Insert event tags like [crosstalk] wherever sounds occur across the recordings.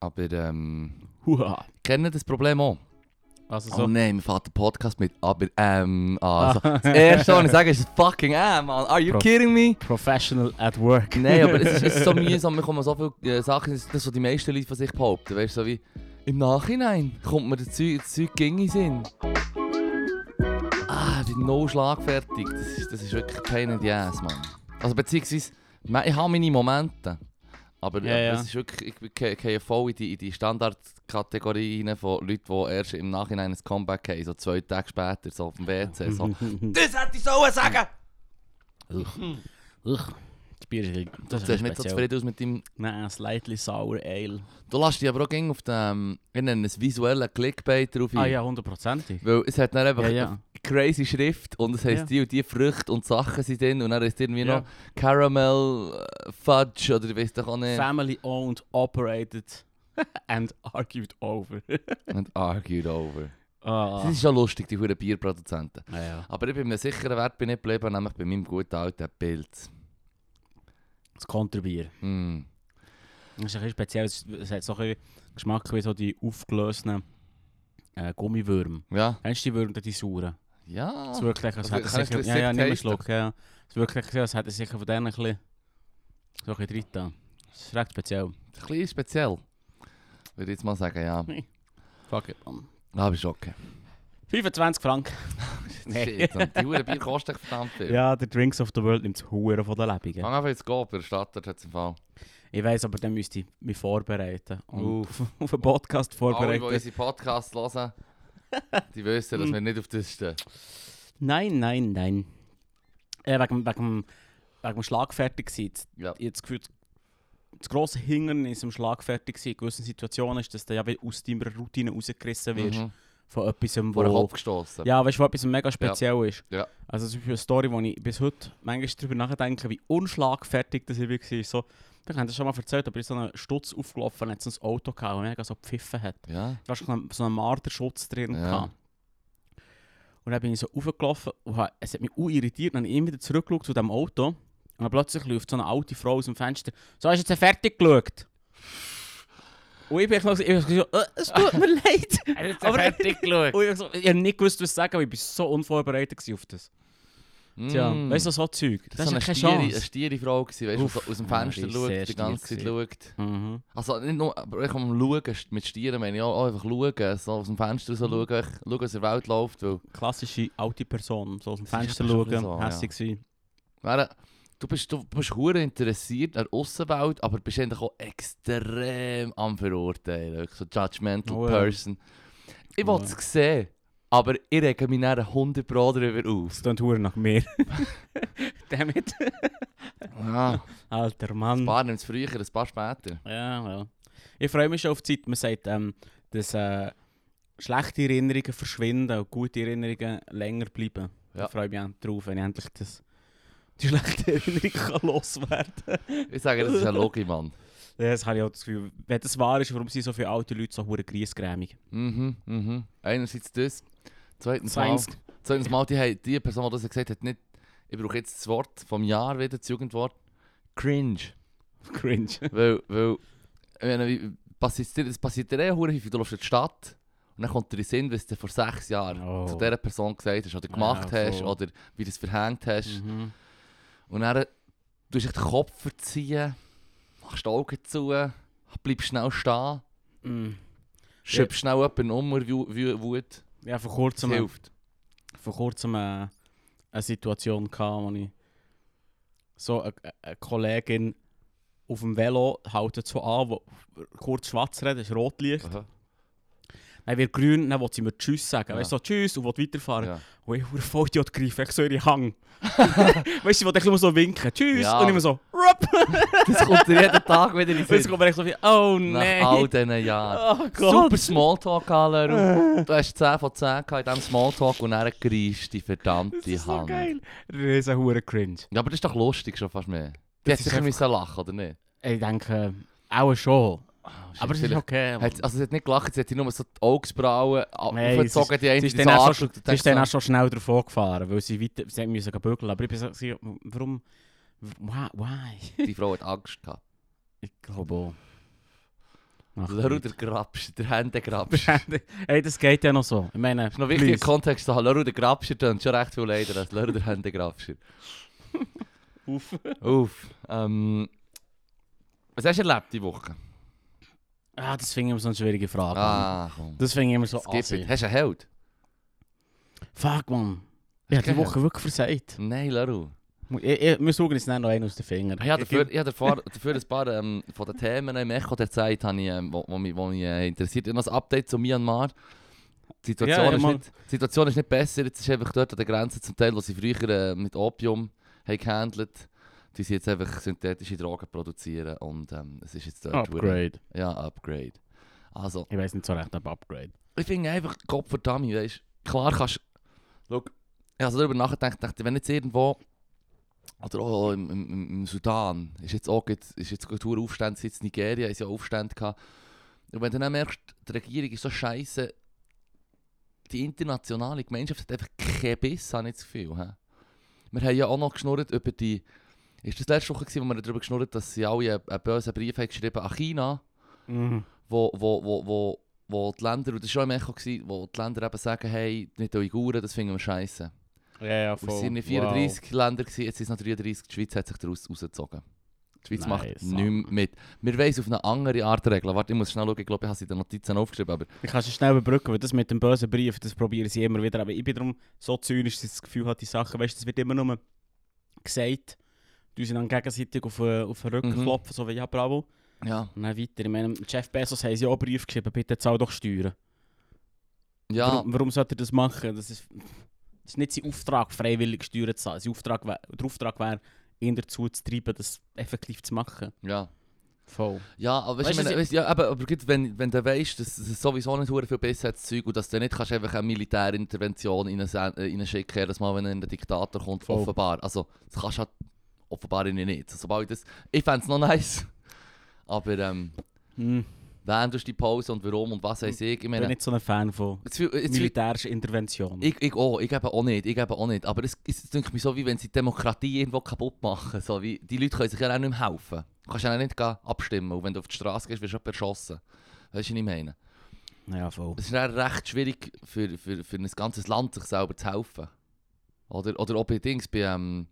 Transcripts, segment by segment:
Aber ähm, Huha. kennen das Problem auch. Also Oh so. nein, wir fahren den Podcast mit aber ähm Ah. also. [laughs] Das erste, was ich sage, ist fucking äh, man. Are you Bro. kidding me? Professional at work. Nein, aber es ist, es ist [laughs] so mühsam, wir kommen so viele äh, Sachen, das ist das, was die meisten Leute von sich behaupten. Weißt du, so wie im Nachhinein kommt mir das Zeug, das Zeug ging in den Sinn. Ah, die no schlagfertig, das ist, das ist wirklich ein Pain in the Ass, Mann. Also beziehungsweise, me- ich habe meine Momente. Aber, Ja, aber ja. es ist wirklich, ich ke- gehe voll in die, in die Standardkategorie rein von Leuten, die erst im Nachhinein ein Comeback haben, so zwei Tage später, so auf dem WC. So, Mhm. das hätte ich sollen sagen! Uch. Das Bier ist das Du siehst nicht so zufrieden aus mit deinem Nein, slightly sour ale. Du lässt dich aber auch gerne auf dem, ich nenne es visuellen Clickbait drauf ein. Ah ja, hundertprozentig. Weil es hat dann einfach Ja, ja. crazy Schrift und es heisst die und die Früchte und Sachen sind drin und dann ist irgendwie Ja. noch Caramel äh, Fudge oder ich weiß doch auch nicht. Family owned, operated [laughs] and argued over. Und argued over. Ah. Das ist schon lustig, die huren Bierproduzenten. Ja, ja. Aber ich bin mir sicheren Wert bin ich geblieben, nämlich bei meinem guten alten Pilz. Das Konterbier. Mm. Das ist ein bisschen speziell. Es- Es hat so ein bisschen Geschmack wie so die aufgelösten äh, Gummiwürm. Ja. Kennst du die Würmer, die sauren? Ja. Es ist wirklich, als Also, hätte er kannst du sicher... das Ja, ja, Rezept nimm einen testen? Schluck. Ja, ja. Es ist wirklich, als hätte er sicher von denen ein bisschen... So ein bisschen reingetan. Das ist recht speziell. Ein bisschen speziell. Würde ich jetzt mal sagen, ja. Fuck it, man. Aber ist okay. 25 Franken. Nee. Shit, Mann. die huren Bier kosten verdammt viel. Ja, der Drinks of the World nimmt das Huren von den Lebenden. Fang einfach jetzt gehen, bei der Stadt hat es im Fall. Ich weiss, aber dann müsste ich mich vorbereiten. Und Uff. [laughs] auf einen Podcast Alle, die vorbereiten. unsere Podcasts hören, die wissen, Hm. dass wir nicht auf das äh, stehen. Nein, nein, nein. Äh, wegen, wegen, dem- wegen dem Schlagfertig sein. Das- Ja. Ich habe das Gefühl, das grosse Hindernis im Schlagfertig sein in gewissen Situationen ist, dass du ja wie aus deiner Routine rausgerissen wirst. Mhm. Von etwas, Vor den wo... Kopf gestossen. Ja, weißt du, wo etwas mega speziell ist. Ja. Also zum Beispiel eine Story, wo ich bis heute manchmal darüber nachdenke, wie unschlagfertig das ich war. So, da haben das schon mal erzählt, aber ich so einen Stutz aufgelaufen, hat so ein Auto gehabt, wo mega so gepfiffen hat. Ja. Da war so ein- so ein Marderschutz drin. Ja. gehabt. Und dann bin ich so aufgelaufen und hab- es hat mich auch irritiert. Dann habe ich immer wieder zurückgeschaut zu diesem Auto. Und dann plötzlich läuft so eine alte Frau aus dem Fenster. So, hast du jetzt fertig geschaut? Und ich bin so, ich bin so äh, es [laughs] tut mir leid. Aber- [laughs] geschaut. Und ich, so, ich habe nicht gewusst, was ich sagen, weil ich bin so unvorbereitet gewesen auf das. Tja, weißt du, so Zeug. Das, Mm. das ist war ja eine Stiere, keine eine Chance. Stierefrau, weißt du, Uff, die aus dem ja, Fenster die war schaut, sehr die ganze Zeit stier schaut. Mhm. Also nicht nur, aber ich am Schauen, mit Stieren meine ich auch, auch einfach schauen, so aus dem Fenster so Mhm. schauen, echt schauen, was in der Welt läuft. Weil, Klassische alte Person, so aus dem Das ist Fenster aber schon schauen, so, ja. hässig sein. Wäre- du bist, du bist hure interessiert an der Aussenwelt, aber bist eigentlich auch extrem am Verurteilen. wirklich So judgmental Oh ja. person. Ich Oh will es sehen, aber ich rege mich dann 100 Pro darüber auf. Das klingt verdammt [laughs] nach mir. [laughs] Damit. Ja. Alter Mann. Ein paar nimmt es früher, ein paar später. Ja, ja. Ich freue mich schon auf die Zeit. Man sagt, ähm, dass äh, schlechte Erinnerungen verschwinden und gute Erinnerungen länger bleiben. Ja. Da freue ich mich auch drauf, wenn ich endlich das, die schlechte [laughs] Erinnerung kann loswerden kann. Ich sage, das ist ein Logi, Mann. Ja, das habe ich auch das Gefühl. Wenn das wahr ist, warum sind so viele alte Leute so hure griesgrämig? Mhm, mhm. Einerseits das. Zweitens mal, Zweitens- zweitens mal die, haben- die Person, die das gesagt hat, nicht... Ich brauche jetzt das Wort vom Jahr wieder, das Jugendwort. Cringe. [laughs] Cringe. Weil, weil ich meine, wie- passiert, dir- es passiert dir eh hure häufig, du läufst in die Stadt und dann kommt dir in den Sinn, was du vor sechs Jahren Oh. zu dieser Person gesagt hast oder gemacht Ja, hast voll. Mhm. oder wie du es verhängt hast. Und dann tust du dich den Kopf verziehen, machst die Augen zu, bleibst schnell stehen, Mm. schöpfst schnell jemanden um, wie, wie Wut. Ja, vor Das kurzem, hilft. vor kurzem äh, eine Situation hatte, wo ich so eine, eine Kollegin auf dem Velo hält so an, wo kurz schwarz redet, ist Rotlicht. Aha, Dann wird grün, dann will sie mir Tschüss sagen. Ja. Weißt du, so Tschüss und will weiterfahren. ja. Und ich hure voll Idiot greife, ich so ihre [laughs] Hang. weißt du, ich will immer so winken, Tschüss. Ja. Und immer so, Rupp. Das kommt dir jeden Tag wieder in den Weißt du, Sinn. kommt mir echt so wie, oh Nach nein. all diesen Jahren. [laughs] Oh Super Smalltalk, Äh. Alaru. Du hast 10 von 10 gehabt in diesem Smalltalk und dann greifst die verdammte Das ist so Hand. geil. Riesen hure cringe. Ja, aber das ist doch lustig schon fast mehr. Die Das hat ist sicher einfach- müssen lachen, oder nicht? Ich denke, äh, auch schon. Aber es ist Ah, vielleicht- okay. Mann. Hat, also sie hat nicht gelacht, sie hat nur so die Augenbrauen Nein, aufgezogen, die Sie eine ist die dann, so auch schon, anschaut und sie denkt ist dann auch so, schon schnell davon gefahren, weil sie weiter, sie mussten bügeln. Aber ich bin so, gewesen, warum, why, why? [laughs] die Frau hat Angst gehabt. Ich glaube auch. Ach, Laura, der Grabsch, der [laughs] Händegrabsch. Ist hey, das geht ja noch so. Ich meine, noch wichtig im please. Kontext zu haben. Laura, der Grabscher tönt schon recht viel leider als Laura, der Händegrabscher. [laughs] Uff. Uff. Ähm, was hast du erlebt die Woche? Ah, das finde ich immer so eine schwierige Frage. Ah, Mann. komm. Das finde ich immer so Skip it. assi. Hast du einen Held? Fuck, Mann. Ich habe die keinen? Woche wirklich versagt. Nein, Laura. Ich, ich, wir suchen jetzt nicht noch einen aus den Fingern. Ich habe dafür, ich habe dafür, dafür ein paar ähm, von den Themen im Echo der Zeit, habe ich, ähm, wo, wo mich, wo mich äh, interessiert. Und noch ein Update zu Myanmar. Die Situation, Ja, ja, ist Mann. nicht, die Situation ist nicht besser. Jetzt ist einfach dort an der Grenze zum Teil, wo sie früher äh, mit Opium haben gehandelt Die sind jetzt einfach synthetische Drogen produzieren. Und ähm, es ist jetzt dort. Upgrade. Ja, Upgrade. Also, Ich weiß nicht so recht, ob Upgrade. ich finde einfach, Gott verdammt, weißt klar kannst du. Ich habe darüber nachgedacht, dachte, wenn jetzt irgendwo. Oder auch im, im, im- im Sudan ist jetzt auch gerade- ist jetzt gerade verdammt Aufstände, jetzt in Nigeria ist ja Aufstände gehabt. Und wenn du dann merkst, die Regierung ist so scheiße, die internationale Gemeinschaft hat einfach keinen Biss, habe ich das Gefühl. hä? Wir haben ja auch noch geschnurrt über die. Ist das letzte Woche, gewesen, wo wir darüber geschnurrt haben, dass sie alle einen, einen bösen Brief haben geschrieben an China? Mhm. wo, wo, wo, wo, wo die Länder, und das war schon im Echo, gewesen, wo die Länder eben sagen, hey, nicht die Uiguren, das finden wir scheiße. Ja, ja, Es waren 34 Länder, gewesen, jetzt sind es noch 33, die Schweiz hat sich daraus rausgezogen. Die Schweiz Nice, macht nichts Mann. mehr mit. Wir wollen es auf eine andere Art regeln. Warte, ich muss schnell schauen, ich glaube, ich habe sie in den Notizen aufgeschrieben, aber Ich kann es schnell überbrücken, weil das mit dem bösen Brief, das probieren sie immer wieder. Aber ich bin darum so zynisch, dass ich das Gefühl habe, die Sachen, weißt du, das wird immer nur gesagt. Du sind dann gegenseitig auf, äh, auf den Rücken Mhm. klopfen, so wie ja, bravo. ja. Und dann weiter. Ich meine, Jeff Bezos haben sie auch einen Brief geschrieben, bitte zahl doch Steuern. Ja, Warum, warum sollte er das machen? Das ist, das ist nicht sein Auftrag, freiwillig Steuern zu zahlen. Sein Auftrag wär, der Auftrag wäre, ihn dazu zu treiben, das effektiv zu machen. ja. Voll. Ja, aber weißt, Weißt ich du, meine, weißt, ja, aber, aber gut, wenn, wenn du weißt, dass es sowieso nicht hure viel besser hat, das Zeug, und dass du nicht kannst einfach eine Militärintervention äh, reinschicken kannst, mal, wenn ein Diktator kommt, Voll. offenbar. Also, das kannst du halt offenbar irgendwie nicht. Also, Sobald das, ich fände es noch nice. [laughs] Aber ähm, Hm. wann tust du die Pause und warum und was weiß ich? Ich Ich bin meine, nicht so ein Fan von jetzt, viel- jetzt, viel- militärischen Interventionen. ich, ich, oh, ich gebe auch nicht, ich gebe auch nicht. Aber es, es denke mir so, wie wenn sie die Demokratie irgendwo kaputt machen. So wie, die Leute können sich ja auch nicht mehr helfen. Du kannst ja auch nicht gehen abstimmen. Und wenn du auf die Straße gehst, wirst du jemand erschossen. Weißt du, was ich meine? ja, voll. Es ist dann recht schwierig für, für, für ein ganzes Land, sich selber zu helfen. Oder, oder auch bei Dings, bei ähm,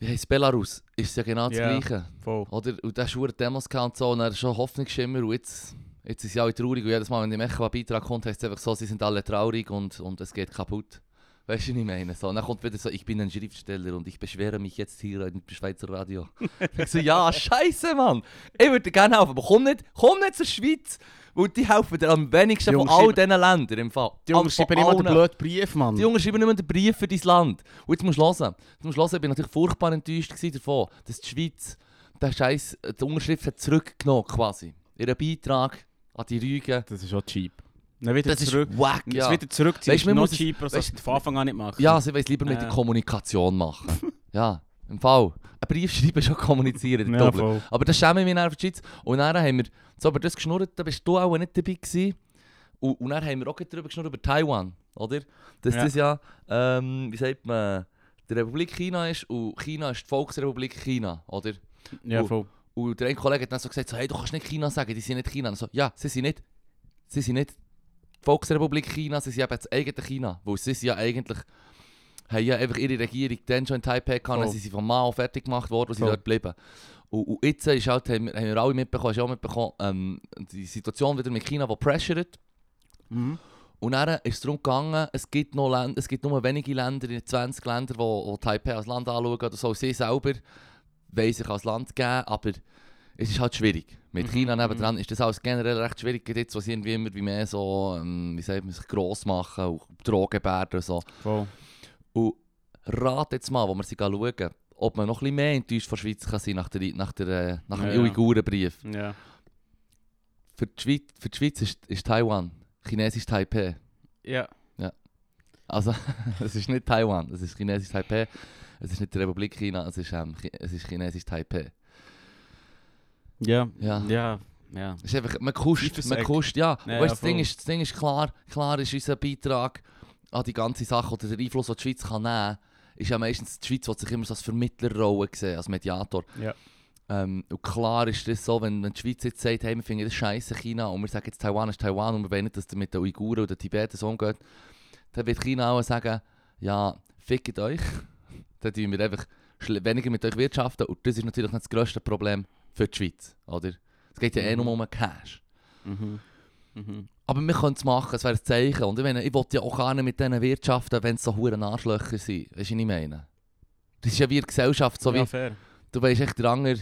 wie heisst Belarus, ist es ja genau das Ja. Gleiche. voll. Oder, und da schwur Demos gehabt und so, und dann schon Hoffnungsschimmer und jetzt, jetzt sind sie alle traurig und jedes Mal, wenn die Mecha einen Beitrag kommt, heisst es einfach so, sie sind alle traurig und, und es geht kaputt. Weißt du, was ich meine? So, und dann kommt wieder so, ich bin ein Schriftsteller und ich beschwere mich jetzt hier im Schweizer [laughs] Radio. ich so, ja, scheiße, Mann. Ich würde dir gerne helfen, aber komm nicht, komm nicht zur Schweiz, weil die helfen dir am wenigsten Die von Jungs all diesen Ländern im Fall. Die Am- Jungs schreiben von immer den allen. blöden Brief, Mann. Die Jungen schreiben nicht mehr den Brief für dein Land. Und jetzt musst du hören. Jetzt musst du hören, ich bin natürlich furchtbar enttäuscht gewesen davon, dass die Schweiz den Scheiß, äh, die Unterschrift hat zurückgenommen quasi. Ihren Beitrag an die Rügen. Das ist auch cheap. Dann wieder Das ist zurück. wack, Das ja. wieder zurückziehen Weißt du, man ist noch muss es- cheaper, als weißt das von Anfang an nicht machen. Ja, sie wollen lieber mit der Äh. Kommunikation machen. [laughs] ja, im Fall. Ein Brief schreiben schon kommunizieren. Ja, der Doppel. voll. Aber das schämen wir dann auf die Schweiz. Und dann haben wir so über das geschnurrt, da bist du auch nicht dabei gewesen. Und, und dann haben wir auch gerade darüber geschnurrt, über Taiwan, oder? Dass Ja. das ja, ähm, wie sagt man, die Republik China ist und China ist die Volksrepublik China, oder? Ja, Oh. voll. Und der eine Kollege hat dann so gesagt, so, hey, du kannst nicht China sagen, die sind nicht China. Und so, ja, sie sind nicht, sie sind nicht die Volksrepublik China, sie sind eben das eigene China. Weil sie sind ja eigentlich, haben ja einfach ihre Regierung dann schon in Taipei gehabt, Voll. oh. sie sind vom Mao fertig gemacht worden und sind Voll. dort geblieben. Und, und jetzt ist halt, haben, wir, haben wir alle mitbekommen, hast du auch mitbekommen, ähm, die Situation wieder mit China, die pressuret. Mhm. Und dann ist es darum gegangen, es gibt, noch Länder, es gibt nur wenige Länder, in 20 Ländern, wo, wo Taipei als Land anschauen oder so. Sie selber wollen sich als Land geben, aber es ist halt schwierig. Mit Mhm, China nebendran ist das alles generell recht schwierig, gerade jetzt, wo sie irgendwie immer wie mehr so, ähm, wie sagt man, sich gross machen, und Drogenbärden und so. Voll. Und rat jetzt mal, wo wir sie schauen, ob man noch ein bisschen mehr enttäuscht von der Schweiz kann sein nach, der, nach, der, äh, nach dem Ja. Uigurenbrief. Ja. Für die Schweiz, für die Schweiz ist, ist Taiwan, chinesisch Taipei. Ja. Also, [laughs] es ist nicht Taiwan, es ist chinesisch Taipei, es ist nicht die Republik China, es ist, ähm, Chi- es ist chinesisch Taipei. Ja. Ja. Ja. Ja. Es ist einfach, man kuscht, Tiefes man Eck. kuscht, ja. Und Ja, weißt, das, voll. Ding ist, das Ding ist klar, klar ist unser Beitrag an die ganze Sache oder der Einfluss, den die Schweiz kann nehmen kann, ist ja meistens die Schweiz, die sich immer so als Vermittlerrolle sehen, als Mediator. Ja. Ähm, und klar ist das so, wenn, wenn die Schweiz jetzt sagt, hey, wir finden das scheiße China und wir sagen jetzt Taiwan ist Taiwan und wir wollen nicht, dass mit den Uiguren oder den Tibetern so umgeht, dann wird China auch sagen, ja, fickt euch. [laughs] dann tun wir einfach schl- weniger mit euch wirtschaften und das ist natürlich nicht das grösste Problem für die Schweiz, oder? Es geht ja eh Mhm. nur um Cash. Mhm. Mhm. Aber wir können es machen, es wäre ein Zeichen. Und ich, meine, ich will ja auch gar nicht mit denen wirtschaften, wenn es so hure Arschlöcher sind. Weißt du, was ich meine? Das ist ja wie eine Gesellschaft, so wie ja, fair. Du weißt echt, der Anger,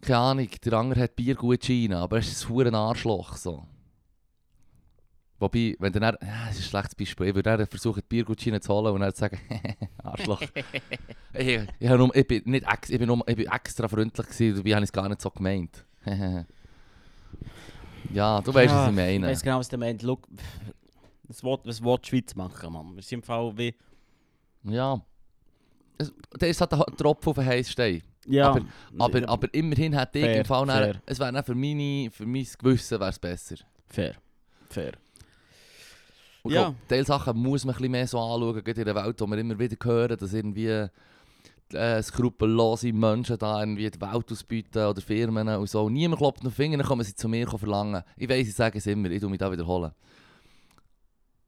keine Ahnung, der Anger hat Biergutscheine, aber er ist ein verdammter Arschloch. So. Wobei, wenn dann er, ja, das ist ein schlechtes Beispiel, ich würde dann versuchen, die Biergutscheine zu holen und dann zu sagen, [laughs] Arschloch. ich, ich, habe nur, ich, bin nicht ex, ich, bin nur, ich bin extra freundlich gewesen, dabei habe ich es gar nicht so gemeint. [laughs] ja, du weißt, was ich Ich meine. weiß genau, was du meinst. Look, das Wort, was Wort Schweiz machen, Mann. Wir sind im Fall wie. Ja. Es, da ist halt ein Tropfen auf den heißen Stein. Ja, Aber- Aber, aber immerhin hätte ich Fair, im Fall, dann, fair. es wäre dann für, meine, für mein Gewissen wär's besser. fair. Fair. Und Ja. ja. Teilsachen muss man ein bisschen mehr so anschauen, gerade in der Welt, wo wir immer wieder hören, dass irgendwie äh, skrupellose Menschen da irgendwie die Welt ausbeuten oder Firmen und so. Niemand klopft auf den Finger, dann kommen sie zu mir verlangen. Ich weiß, ich sage es immer, ich tu mich da wiederholen.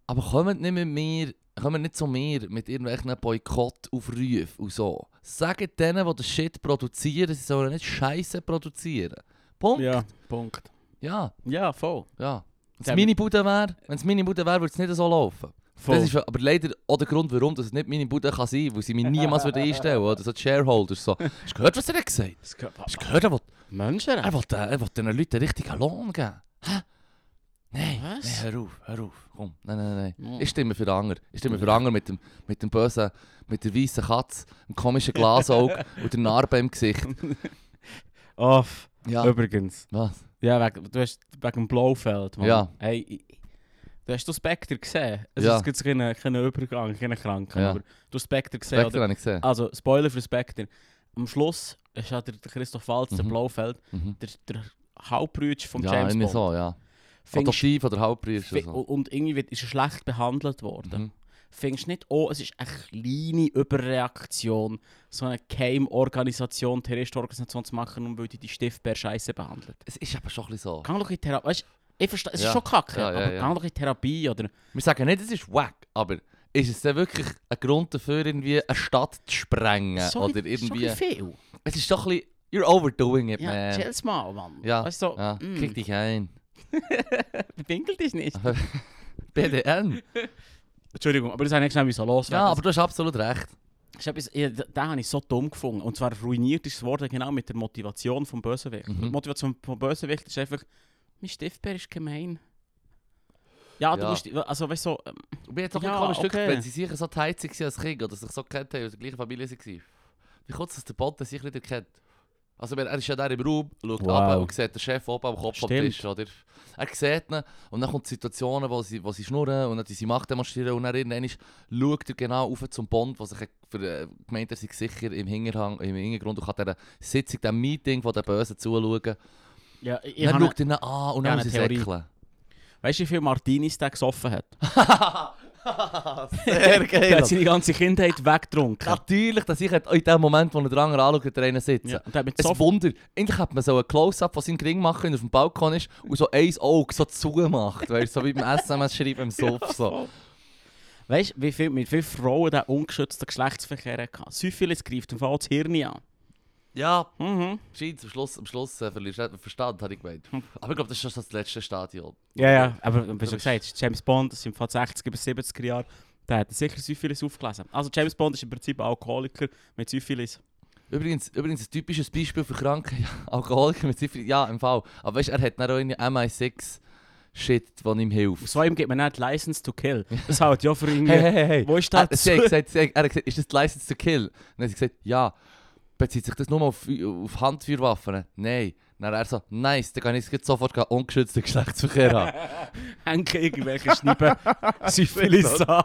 Aber kommt nicht mit mir, kommt nicht zu mir mit irgendwelchen Boykottaufrufen und so. Sagt denen, die den Shit produzieren, sie sollen nicht Scheiße produzieren. Punkt. Ja, Punkt. Ja, Ja, voll. ja. Wenn Ja, es meine Bude wäre, wenn es meine Bude wäre, würde es nicht so laufen. voll. Das ist aber leider auch der Grund, warum das nicht meine Bude kann sein kann, weil sie mich niemals würde einstellen würden. Oder so die Shareholders. So. Hast du gehört, was er hat gesagt Das gehört- Hast du gehört, er will, er Menschenrechte? will, den- er will den Leuten einen richtigen Lohn geben? Hä? Nein, Was? nee, hör auf, hör auf. Komm, nein, nein, nein. Ja. Ich stimme für den Anger. Ich stimme für den Anger mit dem, mit dem bösen, mit der weißen Katze, dem [laughs] komischen Glasauge und der Narbe im Gesicht. Off. Ja, Übrigens. was? Ja, wegen, du hast wegen Blaufeld, Mann. Ja. Hey, ich- du hast den Spectre gesehen. Es Ja. ja. gibt keinen, keinen Übergang, keinen Kranken. Ja. Aber du hast den Spectre gesehen. Spectre oder? habe ich gesehen. Also, Spoiler für Spectre. Am Schluss ist ja der Christoph Waltz, der Mhm. Blaufeld, Mhm. der, der Halbbrüder von Ja, James irgendwie Bond. so, Ah, ja. Findest- Adoptiv oder Halbbrüder. fi- So. Und irgendwie wird, ist er schlecht behandelt worden. Mhm. Findest du nicht, oh, es ist eine kleine Überreaktion, so eine Keimorganisation, Terroristorganisation zu machen, um weil die die Stiftbär scheiße behandelt. Es ist aber schon ein bisschen so. Gang doch in Therapie. Weißt du, ich verstehe, es Ja. ist schon kacke, Ja, ja, aber ja. gang doch in Therapie oder. Wir sagen nicht, es ist wack, aber ist es denn wirklich ein Grund dafür, irgendwie eine Stadt zu sprengen? so oder wie- so irgendwie. wie viel. es ist doch ein bisschen. You're overdoing it, Ja, man. chill's mal, Mann. äh, Ja, Weißt du, so, ja, mm, kick dich ein. bewinkelt dich nicht. Ah. BDN. Entschuldigung, aber das habe ich nicht schnell loswerden. ja, aber du hast absolut recht. Ist etwas, ja, d- den habe ich so dumm gefunden. Und zwar ruiniert ist das Wort genau mit der Motivation vom Bösewicht. Mhm. Die Motivation vom Bösewicht ist einfach, mein Stiftbär ist gemein. Ja, du Ja. musst, also weißt du, so, ähm, Und mir hat doch Ja, ein komisches Stück, okay. wenn sie sicher so teizig waren als Kind oder sich so gekannt haben, aus der gleichen Familie waren. Wie kommt es, dass der Boden sich nicht erkennt? Also er er ist ja da im Raum, schaut Wow. runter und sieht den Chef oben am Kopf am Stimmt. Tisch, oder? Er sieht ihn und dann kommt Situationen, wo sie, wo sie schnurren und dann die sie Macht demonstrieren und dann irgendwann ist- schaut er genau auf zum Bond, was sich für, äh, gemeint er sei sicher im, Hinterhang, im Hintergrund und kann dieser Sitzung, dem Meeting von der Bösen zuschauen. ja, ich, ich dann habe, schaut er ihn an und ich dann habe muss eine er Theorie. [laughs] säckeln. [laughs] weißt du, wie viel Martinis der gesoffen hat? Sehr Der hat seine [laughs] ganze Kindheit weggetrunken. Natürlich, dass ich in dem Moment, wo er dran anschaut, hat er einen sitzen. Ja, und der hat mit Ein so Wunder. Eigentlich hätte man so ein Close-Up von seinem Ring machen, wenn er auf dem Balkon ist und so ein Auge so zumacht. Weißt du, so wie beim SMS-Schreiben [laughs] im Sof. So. Weißt du, wie viel, mit wie vielen Frauen der ungeschützte Geschlechtsverkehr hatte? Syphilis greift im Fall das Hirn an. Ja, Mhm. scheint, am Schluss, am Schluss äh, verlierst du den Verstand, habe ich [laughs] gemeint. Aber ich glaube, das ist schon so das letzte Stadion. Ja, ja, aber wie schon bist- gesagt, es ist James Bond, das sind von 60 bis 70er Jahren, der hat sicher Syphilis aufgelesen. Also James Bond ist im Prinzip ein Alkoholiker mit Syphilis. Übrigens, übrigens ein typisches Beispiel für kranke [laughs] Alkoholiker mit Ziffer. Ja, im Fall. Aber weißt du, er hat dann auch eine MI6-Shit, die ihm Und hilft. so ihm gibt man nicht die License to Kill. Das haut ja für [laughs] irgendwie... Hey, hey, hey, hey. Wo ist Er, das? Ah, sie hat gesagt, sie hat, er hat gesagt, ist das die License to Kill? Und dann hat sie gesagt, ja. Bezieht sich das nur auf, auf Handfeuerwaffen? Nein. Dann er so, nice, dann kann ich jetzt sofort gehen, ungeschützten Geschlechtsverkehr haben. Hängen irgendwelche [laughs] Schnippen Syphilis an.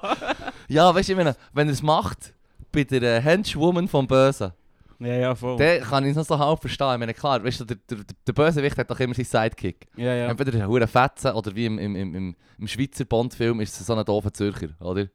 ja, weißt du, ich meine, wenn er es macht, bei der äh, Henchwoman vom Bösen, Ja, ja, voll. dann kann ich es noch so halb verstehen. Ich meine, klar, weißt du, der, der, der Bösewicht hat doch immer seinen Sidekick. Ja, ja. Entweder ist er ein verdammter Fetzen oder wie im, im, im, im, [laughs] im Schweizer Bondfilm ist es so ein doofer Zürcher, oder?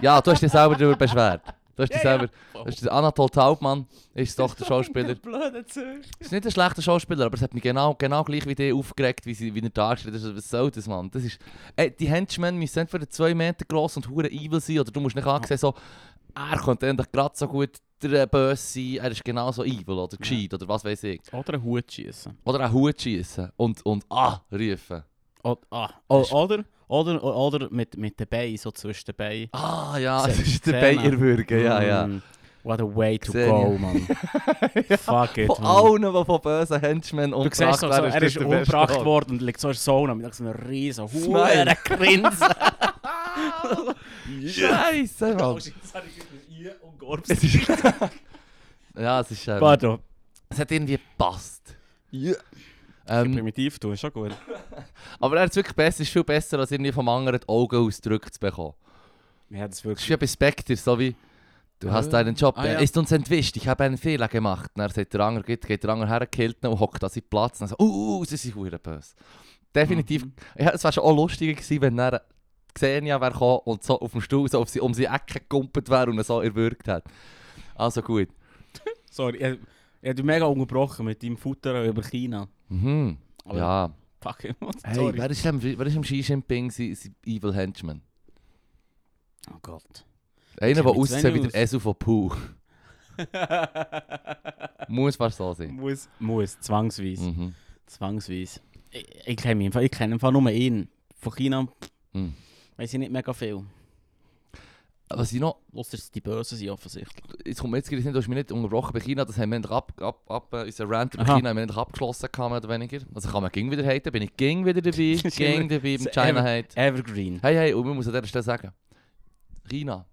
ja, du hast dich selber darüber beschwert. Das ist Ja, die ja. selber. Das ist der Anatol Taubmann, ist doch der [laughs] Schauspieler. Blöde Züchter. ist nicht ein schlechter Schauspieler, aber es hat mich genau, genau gleich wie der aufgeregt, wie, sie, wie er dargestellt ist. Was soll das, Mann? Das ist, ey, die Henchmen müssen entweder 2 Meter groß und hure evil sein, oder du musst nicht ansehen, so, er könnte endlich gerade so gut der Böse sein, er ist genauso evil oder gescheit oder was weiß ich. Oder einen Hut schießen. Oder einen Hut schießen und, und «Ah!» rufen. Oder, ah, Oh, o- oder, oder, oder mit, mit den Beinen, so zwischen den Beinen. Ah ja, es [laughs] Se- ist der Szene. Beierwürger, ja, ja. Mm, What a way to Xenia. go, [laughs] man. Fuck it, Von man. allen, die von bösen Henchmen Du umgebracht siehst so, so, werden, er das ist der beste umgebracht Ort. worden und liegt so in der Sauna mit so einem riesen Smile. Oh. Huren [laughs] Grinsen. Scheisse, Oh, Mann. und Gorbs. Es ist... ja, es ist... Ähm, Pardon. es hat irgendwie gepasst. Ja. Ähm, Primitiv, du, ist schon gut. aber er ist wirklich besser, ist viel besser, als irgendwie vom anderen die Augen ausgedrückt zu bekommen. Ja, das Es wirklich. ist wie bei Spectre, so wie... Du hast Äh, deinen Job, ah, er ja. ist uns entwischt, ich habe einen Fehler gemacht. Und dann sagt der andere, geht, geht der andere her, killt ihn und hockt an seinen Platz. Und dann so, uh, uh, sie sind verdammt böse. Definitiv, Mhm. ja, es wäre schon auch lustiger gewesen, wenn dann Xenia wäre gekommen und so auf dem Stuhl so auf sie, um sie Ecke gekumpelt wäre und ihn so erwürgt hat. Also gut. Sorry, ich, ich hab dich mega unterbrochen mit deinem Futter über China. Mhm. Aber- ja. Fuck it, Hey, sorry. wer ist am, wer ist am Xi Jinping sein, sein Evil Henchman? Oh [laughs] Gott. Einer, der kenn mich zu aussieht wie wenig der Esu von Puh. [laughs] Muss fast so sein. muss. Muss, zwangsweise. Mhm. Zwangsweise. Ich, ich kenne ihn, ich kenne einfach nur ihn. Von China Mhm. weiß ich nicht mega viel. Was ich noch, Außer die Bösen sind offensichtlich. jetzt kommt mir jetzt gerade nicht, du hast mich nicht unterbrochen bei China, das haben wir endlich ab, ab, ab äh, unseren Rant über Aha. China haben wir endlich abgeschlossen, gehabt, mehr oder weniger. Also kann man ging wieder haten, bin ich ging wieder dabei, Das [laughs] ist ging immer- dabei beim das ist China immer- Hate. Evergreen. Hey, hey, und man muss an dieser Stelle sagen, China,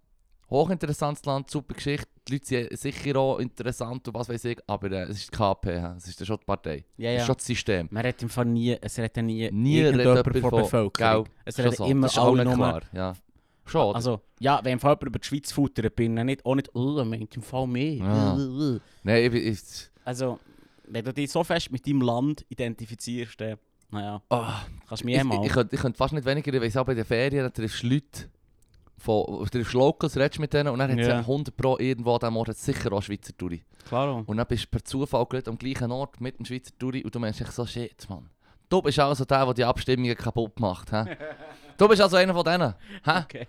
hochinteressantes Land, super Geschichte, die Leute sind sicher auch interessant und was weiß ich, aber äh, es ist die KP, hä? es ist ja schon die Partei, Ja, es ist ja. schon das System. Man redet im Fall nie, es redet nie, Nie irgendjemand redet jemand von von- der Bevölkerung. Gell, Es Schon redet so. immer das ist alle allen nur... klar. Ja. Schon, oder? Also, ja, wenn im Fall jemand über die Schweiz futtert, bin ich nicht, auch nicht, oh, meint im Fall mehr. Ja. Äh, äh, äh. Nein, ich, ich, ich, Also, wenn du dich so fest mit deinem Land Nou identifizierst, dann, naja, Ah, kannst du ich, mich eh ich, mal. ich, könnte, ich könnte fast nicht weniger, weil auch bei den Ferien da triffst du Leute, von, du triffst Locals, redest mit denen und dann hat es Ja. 100 Pro irgendwo an diesem Ort hat's sicher auch Schweizer Touri. [laughs] [laughs] Klaro. Und dann bist du per Zufall gerade am gleichen Ort mit dem Schweizer Touri und du meinst echt so, shit, Mann. Du bist also der, der die Abstimmungen kaputt macht. He? Du bist also einer von denen. Hä? Okay.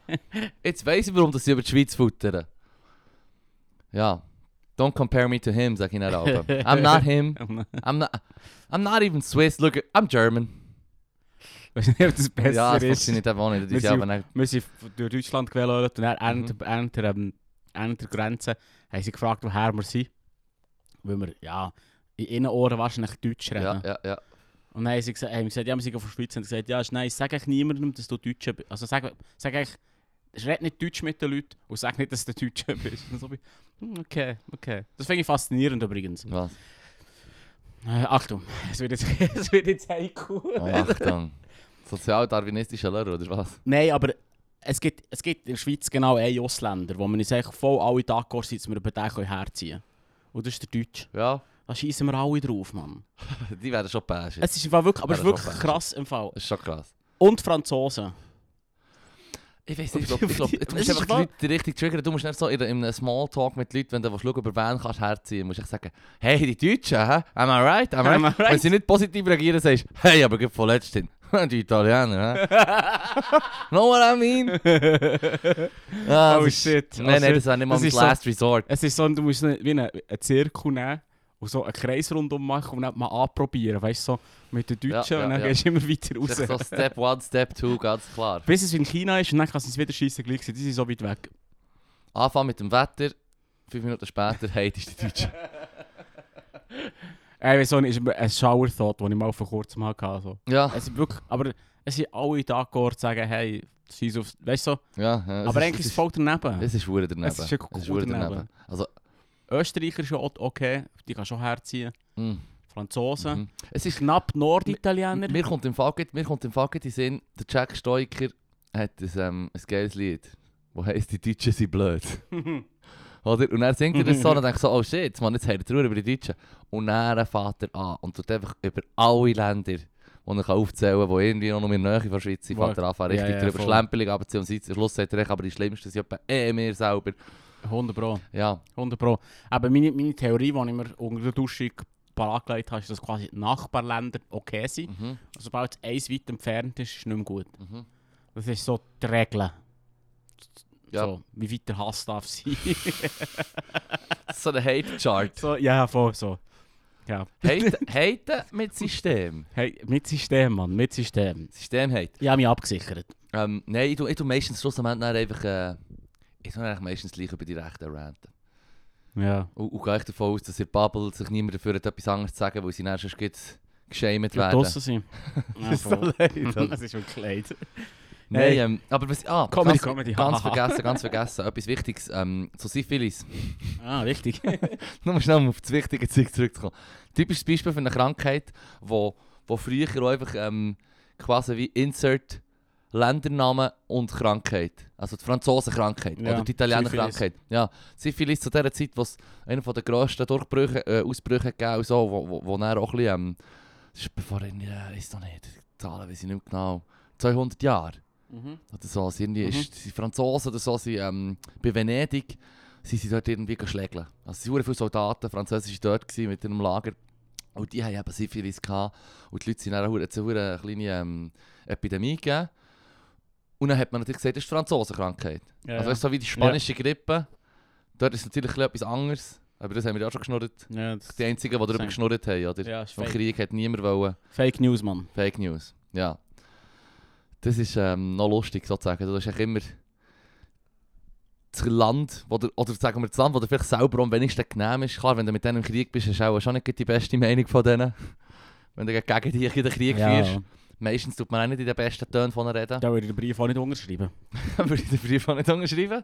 Jetzt weiss ich, warum dass sie über die Schweiz futtern. Ja. Don't compare me to him, sag ich dann auch. I'm not him. I'm not, I'm not even Swiss. Look, I'm German. Weißt du nicht, ob das besser ja, das ist? funktioniert einfach auch nicht. Das Wir ist sind- aber nicht. Wir sind f- durch Deutschland gewählt und dann Mhm. während, während, der, ähm, während der Grenze haben sie gefragt, woher wir sind. Weil wir, ja, in ihren Ohren wahrscheinlich Deutsch reden. Ja, ja, ja. Und dann haben sie gesagt, haben wir gesagt ja, wir sind von der Schweiz. Und sie gesagt, ja, ist nice, sag eigentlich niemandem, dass du Deutscher bist. Also sag, sag eigentlich, red nicht Deutsch mit den Leuten und sag nicht, dass du Deutscher [laughs] bist. Und so bin ich, hm, okay, okay. Das finde ich faszinierend übrigens. Was? Äh, Achtung, es wird jetzt, [laughs] es wird jetzt heikel. Oh, [laughs] Achtung. Sozialdarwinistischer Lehrer, oder was? Nein, aber es gibt, es gibt in der Schweiz genau einen Ausländer, wo man uns eigentlich voll alle Tag sind, dass wir über den können herziehen können. Und das ist der Deutsche. Ja, [laughs] Da schießen wir alle drauf, Mann. die werden schon bäsch. Das Es ist im Fall wirklich, aber es ist Ja, das wirklich ist auch krass im Fall. ist schon krass. Und [laughs] die [laughs] Franzosen. Ich weiß nicht, ich glaube, glaub, du Es musst ist einfach die wahr. Leute die richtig triggern. Du musst nicht so in, in einem Smalltalk mit Leuten, wenn du willst schauen, über wen kannst herziehen, musst du echt sagen, hey, die Deutschen, hä? Am I right? Am I Am I right? right? Wenn sie nicht positiv reagieren, sagst du, hey, aber gibt von letztem. [laughs] die [laughs] Oh, Italiener, hä? know what I mean? Ah, Oh das ist- shit. Oh Nein, nein, shit. das ist nicht mal Das mein ist so- Last Resort. Es ist so, du musst nicht wie einen, einen Zirkel nehmen und so einen Kreis rundum machen und dann mal anprobieren. Weißt du, so mit den Ja, Deutschen ja, und dann ja. gehst du immer weiter Das ist so raus. Step 1, Step 2, ganz klar. Bis es in China ist und dann kannst du es wieder schießen gleich sein. Die sind so weit weg. Anfang mit dem Wetter, fünf Minuten später heidest du die Deutschen. Ey, weißt du, es ist ein Shower Thought, den ich mal vor kurzem hatte. [laughs] Also. Ja, Es ist wirklich, aber es sind alle da gegangen, sagen, hey, schieß auf. Weißt du, so. ja. dus ja es aber ist- eigentlich ist es es voll daneben. Es ist schwer daneben. Es ist wirklich Es ist gut verdammt daneben. Also, Österreicher schon okay, die kann schon herziehen. mm, Franzosen, mhm. es ist. knapp Norditaliener. Mir kommt im Fall grad- mir kommt im Fall grad in den Sinn, der Jack Stoiker hat ein, ähm, ein geiles Lied, das heisst, die Deutschen sind [laughs] blöd. Oder? Und er singt er das so und denkt so, oh shit, man, jetzt hört er drüber über die Deutschen. Und dann fährt er an und tut einfach über alle Länder, die er kann aufzählen kann, die irgendwie noch in der Nähe von der Schweiz sind, Wo- fährt er an, fährt Ja, richtig ja, drüber voll. Schlempelig abziehen und am Schluss sagt er echt, aber die Schlimmsten sind etwa eh wir selber. 100 Pro. Ja, 100 Pro. Aber meine, meine Theorie, die ich mir unter der Dusche parat gelegt habe, ist, dass quasi die Nachbarländer okay sind. [laughs] mhm, Und Sobald es eins weit entfernt ist, ist es nicht mehr gut. mhm. Das ist so die Regel. Ja. So, wie weit der Hass [laughs] darf sein. So ein [laughs] Hate-Chart. so, ja, voll so. Ja. Hate, haten mit System. Hey, mit System, Mann, mit System. System-Hate. Ich habe mich abgesichert. Ähm, nein, ich tue, ich tue meistens schlussendlich dann einfach... Äh, ich tue eigentlich meistens gleich über die Rechten ranten. Ja. Und, und gehe ich davon aus, dass in der Bubble sich niemand dafür hat, etwas anderes zu sagen, weil sie dann sonst gleich geschämt Ja, werden. draussen [laughs] sind. Ja, ist so voll. leid, oder? Das [laughs] ist wirklich leid. Nein, Nein. ähm, aber was... Ah, Comedy, ganz, Comedy. ganz haha. vergessen, ganz vergessen. Etwas Wichtiges ähm, zu Syphilis. Ah, richtig. [laughs] Nur mal schnell um auf das wichtige Zeug zurückzukommen. Typisches Beispiel für eine Krankheit, wo, wo früher auch einfach ähm, quasi wie Insert Ländernamen und Krankheit. Also die Franzosenkrankheit Ja, oder die Italienerkrankheit. Ja, Syphilis zu der Zeit, wo es einer der grössten Durchbrüche, äh, Ausbrüche gegeben und so, wo, wo, wo dann auch ein bisschen, ähm, das ist bevor in, äh, ist noch nicht, die Zahlen weiß ich nicht mehr genau, 200 Jahre mhm. oder so. Also irgendwie Mhm. ist, die Franzosen oder so, sie, ähm, bei Venedig, sie sind dort irgendwie geschlägelt. Also es waren viele Soldaten, Französische dort gewesen, mit ihrem Lager. Und die haben eben Syphilis gehabt. Und die Leute sind dann hure- hat's eine hure kleine ähm, Epidemie gegeben. Und dann hat man natürlich gesagt, das ist die Franzosenkrankheit. Ja, also ja. das ist so wie die spanische Grippe. Dort ist natürlich ein bisschen etwas anderes. Aber das haben wir ja auch schon geschnurrt. ja, das, Die einzigen, die darüber Same. geschnurrt haben, oder? ja, ist Vom fake. Krieg hat niemand wollen. fake News, Mann. Fake News, ja. Das ist ähm, noch lustig sozusagen. Du hast eigentlich immer das Land, wo der, oder sagen wir das Land, wo du vielleicht selber am wenigsten genehm ist. Klar, wenn du mit denen im Krieg bist, hast du auch schon nicht die beste Meinung von denen. [laughs] Wenn du gegen dich in den Krieg führst. Meistens tut man auch nicht in den besten Tönen von ihnen reden. Da würde ich den Brief auch nicht unterschreiben. [laughs] würde ich den Brief auch nicht unterschreiben.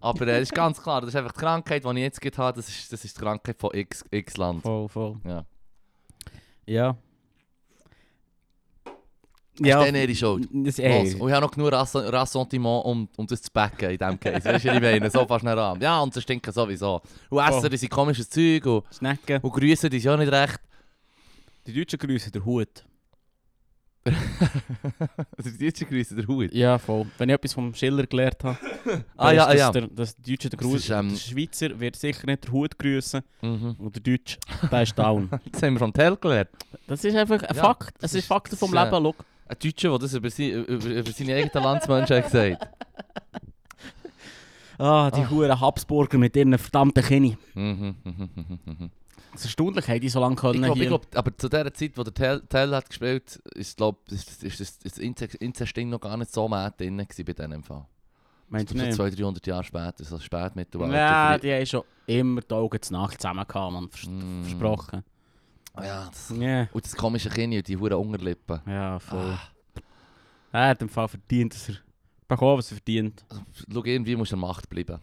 Aber äh, das ist ganz klar, das ist einfach die Krankheit, die ich jetzt gerade habe, das ist, das ist die Krankheit von X, X Land. Voll, voll. Ja. Ja. Ja. Ja. Ist dann ihre Schuld. Das, Los, ey, und ich habe noch genug Rass- Ressentiment, um, um das zu backen in diesem Case. Weißt du, was ich meine? So fast nicht an. Ja, und sie stinken sowieso. Und essen Oh. diese komisches Zeug und, Schnecken. und grüßen die ja nicht recht. Die Deutschen grüßen den Hut. Also die Deutschen grüßen den Hut. Ja, voll. Wenn ich etwas vom Schiller gelernt habe, Ah dann ja, ah, ist das ja. Der, das Deutsche der Das Gruß. ist, ähm, der Schweizer wird sicher nicht den Hut grüßen Mhm. und der Deutsche, der ist [laughs] down. Das haben wir vom Tell gelernt. das ist einfach ein Ja, Fakt. das Es ist ist- Fakten vom das, äh, Leben, look. Ein Deutscher, der das über, sie, über, über seine eigenen Landsmenschen hat gesagt Ah, die ah. Huren Habsburger mit ihren verdammten Kini. Mhm, mhm, mhm, mhm. Es ist erstaunlich, haben die so lange Ich können glaube, hier. glaub, aber zu der Zeit, wo der Tell, Tell hat gespielt ist, glaub, ist, ist, ist, ist das Inze- Inzestding noch gar nicht so mad drin gewesen bei diesem Fall. Meinst du Das ist nicht? so 200, 300 Jahre später, so spät mittelalter. Ja, die haben schon immer die Augen zur Nacht zusammen gehabt, man. Vers Mm. Versprochen. Ja, das Mhm. Ja. Und das komische Kind und die hure Unterlippen. Ja, voll. Ah, Er hat im Fall verdient, dass er bekommen, was er verdient. schau, irgendwie muss er Macht [laughs] bleiben.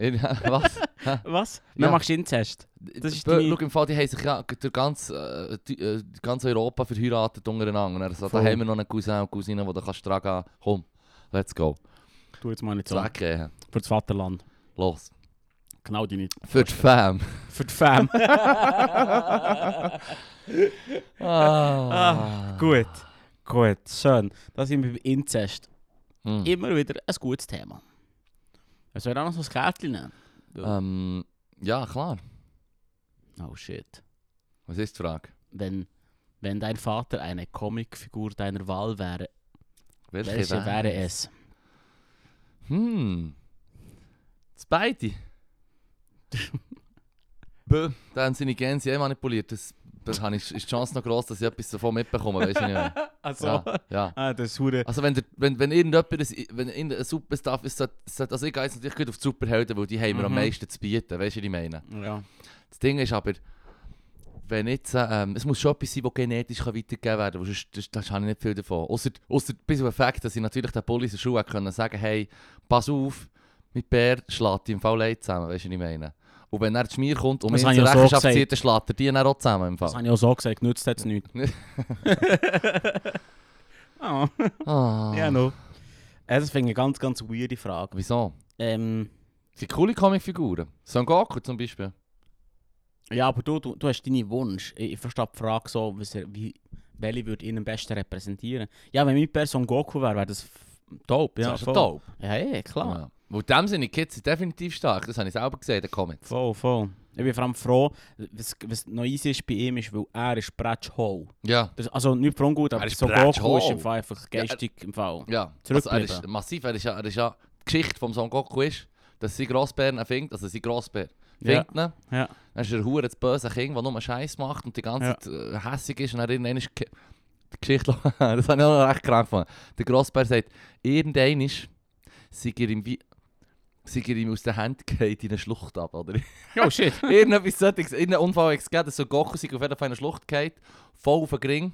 Ir- Was? Was? Ja. Dann machst du Inzest. Das ist Bö- die- Schau, im Fall, die haben sich ja durch ganz, äh, die- äh, ganz Europa verheiratet untereinander. Und er sagt, da Voll. haben wir noch einen Cousin und Cousine, wo du kannst tragen kannst. Komm, let's go. Tu jetzt mal nicht so. So. Weggehen. Für das Vaterland. Los. Genau die nicht. Für die Fam. [laughs] Für die Fam. Ah. gut. Gut, schön. Da sind wir bei Inzest. Hm. Immer wieder ein gutes Thema. Wir sollen auch noch so ein Kärtchen nehmen. Ähm, ja, klar. Oh shit. Was ist die Frage? Wenn, wenn dein Vater eine Comicfigur deiner Wahl wäre, welche wär's? wäre es? Hm. Das beide. Bö, da haben seine Gänse eh manipuliert. Das, das habe ich, ist die Chance noch groß, dass ich etwas davon mitbekomme. Weißt du nicht mehr. Also, Ja, ja. ah, das ist hure- Also wenn, der, wenn, wenn irgendjemand das, wenn irgendein Superstaff ist, sollte, sollte, also ich gehe jetzt natürlich gut auf die Superhelden, weil die haben wir am Mhm. meisten zu bieten, weißt du, was ich meine? Ja. Das Ding ist aber, wenn jetzt, äh, ähm, es muss schon etwas sein, das genetisch kann weitergegeben werden kann, sonst das, das habe ich nicht viel davon. Außer bis auf den Fakt, dass ich natürlich den Bulli in den Schuh hätte können sagen hey, pass auf, mit Bär schlägt die im Fall leid zusammen, weißt du, was ich meine? Und wenn er zu mir kommt und mich Das zur habe ich ja so Rechenschaft zieht, gesagt. dann schlägt er die dann auch zusammen im Das Fall. habe ich auch so gesagt, nützt jetzt nichts. [laughs] oh, Ah, ja, no. Äh, Das finde ich eine ganz, ganz weirde Frage. Wieso? Ähm, Das sind coole Comicfiguren. Son Goku zum Beispiel. ja, aber du, du, du hast deinen Wunsch. Ich, ich verstehe die Frage so, was er, wie, welche würde ihn am besten repräsentieren. Ja, wenn meine Person Goku wäre, wäre das f- dope. Ja, das ist ja voll. dope. Ja, ja, klar. Ja. Weil in dem Sinne, die Kids sind definitiv stark. Das habe ich selber gesehen in den Comments. Voll, voll. Ich bin vor allem froh, was, was noch easy ist bei ihm, ist, weil er ist Bretschhol. Ja. Das, also nicht von gut, Er aber ist so Bretsch Goku ist hoch. im Fall einfach geistig im Fall. Ja, also er Zurückbleiben. ist massiv, er ist ja, er ist ja die Geschichte vom Son Goku ist, dass sie Grossbären fängt, also sie Grossbär Ja. fängt ihn, [laughs] Ja. dann ist er hure das böse Kind, der nur Scheiß macht und die ganze Ja. Zeit äh, hässig ist und dann irgendwann ist ge- die Geschichte, [laughs] das habe ich auch noch recht krank gefunden. Der Grossbär sagt, irgendwann ist, sei er ihm wie, sei er ihm aus der Hand [laughs] gefallen in eine Schlucht ab, oder? Oh shit. Irgendetwas solches, irgendein Unfall hat es gegeben, dass so Goku sich auf jeden Fall in eine Schlucht gefallen, voll auf den Ring.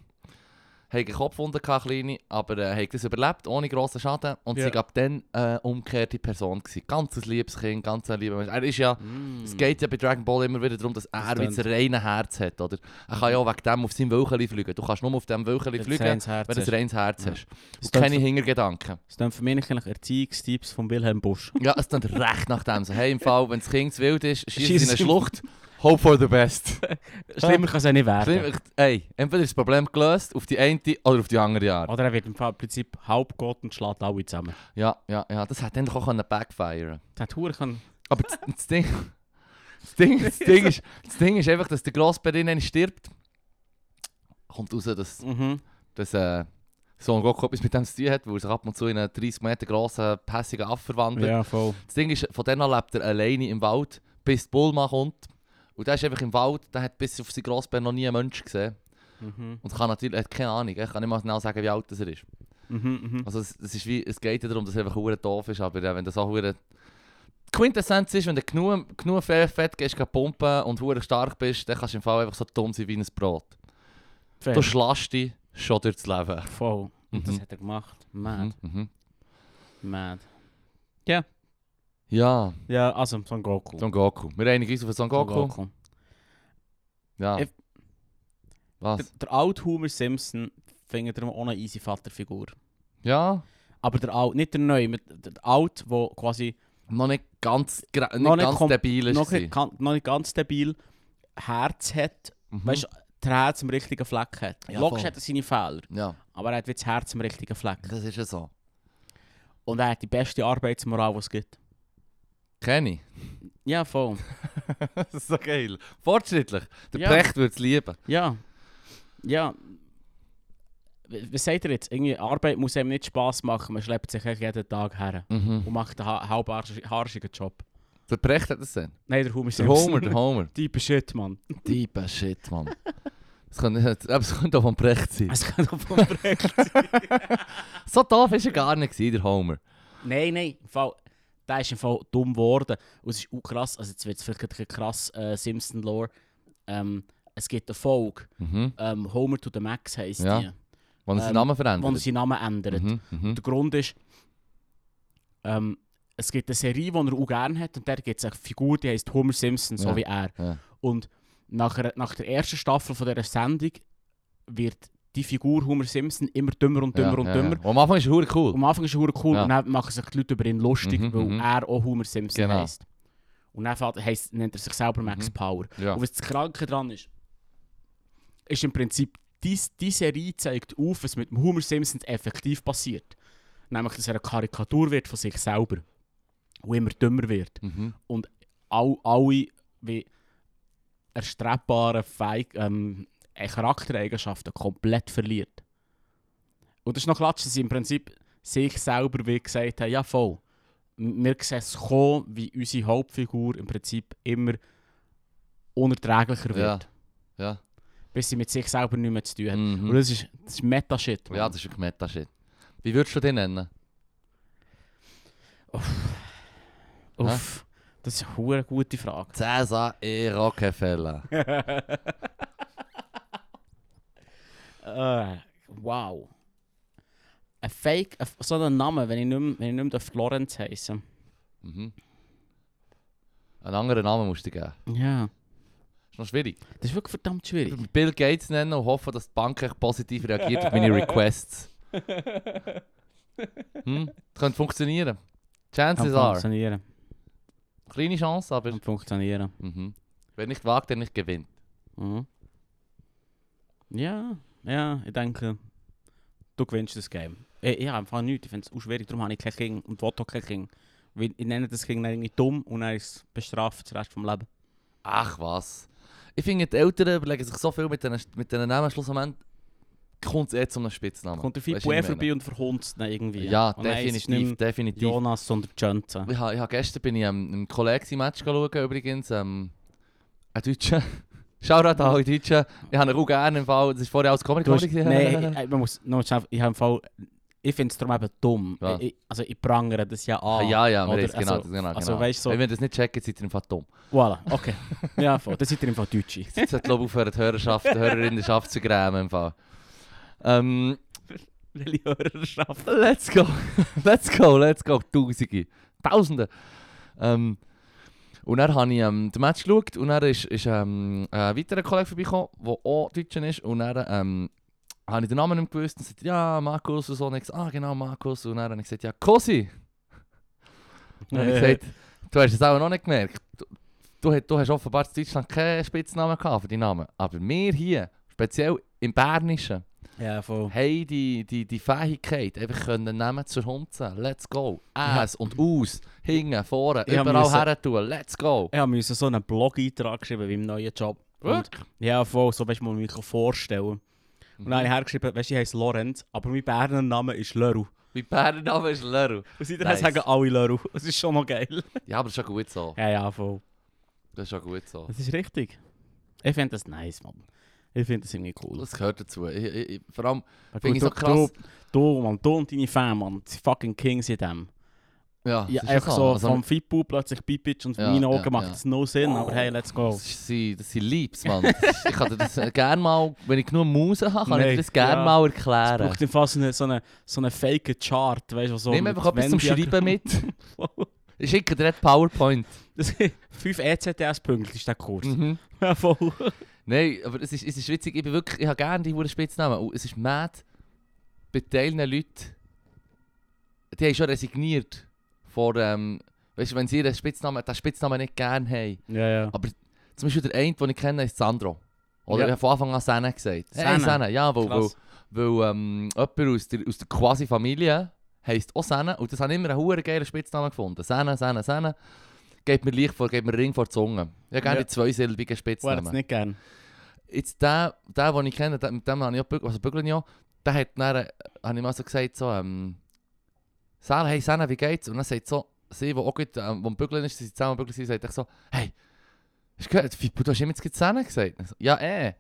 Hat eine Kopfwunde gehabt, kleine, aber äh, hat das überlebt, ohne grossen Schaden. Und Ja. sie gab dann äh, umgekehrte Person. Gewesen. Ganz ein liebes Kind, ganz ein lieber Mensch. Er ist ja, Mm. es geht ja bei Dragon Ball immer wieder darum, dass er wieder das reine Herz hat, oder? Er kann ja auch wegen dem auf seinem Wölkeli fliegen. Du kannst nur auf dem Wölkeli Wenn du ein fliegen, reines Herz wenn du ein hast. reines Herz hast. Das Und klingt keine Hintergedanken. Das sind für mich eigentlich Erziehungstipps von Wilhelm Busch. Ja, es klingt recht nach dem. So, hey, im Fall, wenn das Kind zu wild ist, schießt in Schiess eine ihm- Schlucht. Hope for the best. Schlimmer kann es ja nicht werden. Schlimm, ey, entweder ist das Problem gelöst auf die eine oder auf die andere Art. Oder er wird im Fall im Prinzip Hauptgott und schlägt alle zusammen. Ja, ja, ja, das hätte dann doch auch können backfiren Der Tour kann... Aber das, das Ding... Das Ding, das, Ding ist, das Ding ist einfach, dass der Grossbärin dann stirbt. Kommt raus, dass, Mhm. dass äh, Son Goku etwas mit dem zu tun hat, weil er sich ab und zu in einen 30 Meter grossen, pässigen Affe verwandelt. Ja, voll. Das Ding ist, von dann an lebt er alleine im Wald, bis die Bulma kommt. Und der ist einfach im Wald, der hat bis auf seinen Grossbär noch nie einen Menschen gesehen. Mhm. Und kann natürlich, er hat keine Ahnung, ich kann nicht mal genau sagen, wie alt das er ist. Mhm, mhm. Also es, es, ist wie, es geht ja darum, dass es einfach hure doof ist, aber äh, wenn das auch hure Die Quintessenz ist, wenn du genug, genug Fe- Fett gehst, gehst pumpen und hure stark bist, dann kannst du im Fall einfach so dumm sein wie ein Brot. Fair. Du schlägst dich schon durch das Leben. Voll. Und [laughs] das Mhm. hat er gemacht. Mad. Mhm. Mhm. Mad. Ja, Ja, also Son Goku. Son Goku. Wir einigen uns auf Son Son Goku. Ja. Ich- Der, Was? der alte Homer Simpson findet er auch eine easy Vaterfigur. Ja, Aber der alte, nicht der neue, mit- der der alte, der quasi noch nicht ganz, gra- nicht Noch nicht ganz kom- stabil ist. noch nicht, gewesen. kan- noch nicht ganz stabil Herz hat. Mhm. Weißt du, das Herz am richtigen Fleck hat. Ja, Logisch voll. hat er seine Fehler, Ja, aber er hat wie das Herz am richtigen Fleck. das ist ja so. Und er hat die beste Arbeitsmoral, die es gibt. [laughs] Kenny. Ja, voll. das ist so geil. Fortschrittlich. Der Ja. Brecht würde es lieben. Ja. Ja. W- Was sagt ihr jetzt? Irgendwie Arbeit muss einem nicht Spass machen, man schleppt sich echt jeden Tag her Mhm. und macht einen ha- halbharschigen harschigen Job. Der Brecht hat das gesehen. Nein, der Homer Der Simpson. Homer, der Homer. Deeper Shit, Mann. Deeper Shit, [laughs] Mann. Das könnte, das könnte auch von Brecht sein. Es kann doch vom Brecht [laughs] sein. So doof war er gar nicht, gewesen, der Homer. Nein, nein, im Fall, der ist im Fall dumm geworden. Und es ist auch krass, also jetzt wird es vielleicht ein bisschen krass äh, Simpson-Lore. Ähm, es gibt eine Folge, Mhm. ähm, Homer to the Max heisst Ja, die, Wenn er seinen Ähm, Namen wo er verändert. seinen Namen ändert. Mhm, mhm. Der Grund ist, ähm, es gibt eine Serie, die er auch gerne hat und da gibt es eine Figur, die heißt Homer Simpson, so Ja, wie er. ja. Und nach, einer- nach der ersten Staffel von dieser Sendung wird die Figur Homer Simpson immer dümmer und dümmer Ja, und ja, dümmer. ja. Am Anfang ist er verdammt cool. Am Anfang ist er verdammt cool Ja. und dann machen sich die Leute über ihn lustig, Mhm, weil mhm. er auch Homer Simpson Genau. Mhm. heisst. Und dann fährt- heisst, nennt er sich selber Max Power. Ja. Und was das Kranke dran ist, ist im Prinzip, diese die Serie zeigt auf, was mit dem Homer Simpson effektiv passiert. Nämlich, dass er eine Karikatur wird von sich selber. Und immer dümmer wird. Mhm. Und all, alle wie erstrebbaren Feig, ähm, äh, Charaktereigenschaften komplett verliert. Und das ist noch klatsch, dass sie im Prinzip sich selber wie gesagt haben, ja voll, m- wir sehen es kommen, wie unsere Hauptfigur im Prinzip immer unerträglicher Ja. wird, Ja. bis sie mit sich selber nichts mehr zu tun hat. Und Mhm. das ist, das ist Meta-Shit. ja, das ist wirklich Meta-Shit. Wie würdest du den nennen? Mann. Uff, das ist eine hure gute Frage. Cäsar E. Rockefeller. Äh, wow. Ein Fake, ein- so ein Name, wenn ich nicht mehr, wenn ich nicht mehr darf Lorenz heissen Mhm. Einen anderen Namen musst du dir geben. Ja. Ist noch schwierig. Das ist wirklich verdammt Ich schwierig. würde Bill Gates nennen und hoffen, dass die Bank echt positiv reagiert auf meine [laughs] Requests. Hm? Das könnte funktionieren. Chances are. funktionieren. Kleine Chance, aber. Kann funktionieren. Mhm. Wer nicht wagt, der nicht gewinnt. Mhm. Ja, ja, eh, ich denke, Eh, du gewinnst das Game. Ich, ich habe einfach nichts, ich finde es auch schwierig, darum habe ich kein King und Voto kein King. Weil ich nenne das Kind dann irgendwie dumm und er ist bestraft den Rest vom Leben. Ach was. Ich finde, die Eltern überlegen sich so viel mit diesen mit diesen Namen. Schlussendlich kommt es eh zu einem Spitznamen. Kommt der viel Weisst du, was Bue ich meine? vorbei und verhunzt ihn irgendwie. Ja, Und dann ist Oh es nicht definitiv, mehr definitiv. Jonas, sondern Johnson. Ich habe, ich habe gestern bin ich ähm, einem Kollegen sein Match schauen, übrigens. Ähm, ein Deutscher. [laughs] Shoutout an alle Deutschen. Ich habe ihn auch gerne im Fall. Das ist vorher als Comic Du hast, äh, Comedy gesehen. [laughs] nein, ich- man muss noch schnell, ich habe im Fall, ich finde es darum eben dumm. Was? Ich, also ich prangere das dus ja Ah, an. ja, ja, wir Oder, haben es genau. also- das- genau, also genau. weisst du so- Wenn wir das nicht checken, seid ihr im Fall dumm. Voilà, okay. [laughs] ja, voll. Das seid ihr im Fall Deutsche. Jetzt sollte glaube ich aufhören, die Hörerschaft, die Hörerinnenschaft zu grämen im Fall. Ähm, Welche Hörerschaft. let's go. [laughs] let's go, let's go. Tausende. Tausende. Ähm, und dann habe ich ähm, den Match geschaut und dann ist, ist ähm, ein weiterer Kollege vorbeigekommen, der auch Deutscher ist. Und dann ähm, habe ich den Namen nicht gewusst. Und sagte, ja, Markus und so. Und ich gesagt, ah, genau, Markus. Und dann habe ich gesagt, ja, Kosi. Und dann habe ich gesagt, du hast es auch noch nicht gemerkt. Du, du, hast- du hast offenbar in Deutschland keinen Spitznamen gehabt für deinen Namen. Aber wir hier, speziell im Bernischen, ja, voll. haben die, die, die Fähigkeit, einfach können nehmen zur Hunze. eh, Let's go. Ass und aus, hinten, vorne, Ich hab überall müssen- her tun. Let's go. Ich habe mir so einen Blog-Eintrag geschrieben wie im neuen Job. Und, Wirklich? ja, voll, so weißt du, muss ich mich vorstellen. Und dann habe ich hergeschrieben, weißt du, ich heiße Lorenz, aber mein Berner Name ist Leru. Mein Bärenname ist Leru. Und seitdem Nice. sagen alle Leru. Das ist schon noch geil. Ja, aber das ist schon gut so. Ja, ja, voll. Das ist schon gut so. Das ist richtig. Ich finde das nice, Mann. Ich finde das irgendwie cool. Das gehört dazu. Ich, ich, ich, vor allem, Aber Finde ich gut, so krass. Du, du, Mann, du und deine Fan, Mann, die fucking Kings in dem. ja, das Ja, ist einfach so, Also, vom Fippu plötzlich Bipic und Ja, ja, meinen Augen ja, macht ja. es no Sinn, aber hey, let's go. Das sind, das sind Leaps, [laughs] Mann. Das ist- ich kann dir das gerne mal, wenn ich genug Mausen habe, kann Nein, ich dir das gerne ja. mal Es erklären. braucht im Fall so einen so eine, so eine fake Chart, weißt du, so Nimm mit einfach etwas zum Venn-Diagramm. Schreiben mit. Ich schicke dir die PowerPoint. Das sind [laughs] fünf ECTS-Punkte ist der Kurs. Mhm. [laughs] Ja, voll. Nein, aber es ist, es ist witzig, ich bin wirklich, ich habe gerne die hohen Spitznamen. Und es ist mad, bei Teilen Leuten, die haben schon resigniert vor, ähm, weißt du, wenn sie ihren Spitznamen, den Spitznamen nicht gerne haben. Ja, ja. Zum Beispiel der eine, den ich kenne, ist Sandro. Oder Ja. ich habe von Anfang an Sene gesagt. Hey, Sene. Sene, ja, weil, weil, Krass. weil ähm, jemand aus der, aus der quasi Familie heisst auch Sene. Und das habe ich immer einen hohen geilen Spitznamen gefunden. Sene, Sene, Sene. Geht mir leicht vor, geht mir Ring vor die Zunge. Ich habe gerne Ja. die zweisilbigen Wo hätte es Spitznamen. nicht gern? Jetzt der, der, den ich kenne, der- mit dem habe ich auch bügeln, also bügeln ja, der hat dann, äh, habe ich mal so gesagt, so, ähm, Sarah, hey Sarah, wie geht's? Und dann sagt so, sie, die auch gut, ähm, die am bügeln ist, sie sind zusammen am bügeln, sie sagt echt so, hey, hast du gehört, Fippo, du hast immer jetzt Sarah gesagt? Und ich so, ja, eh.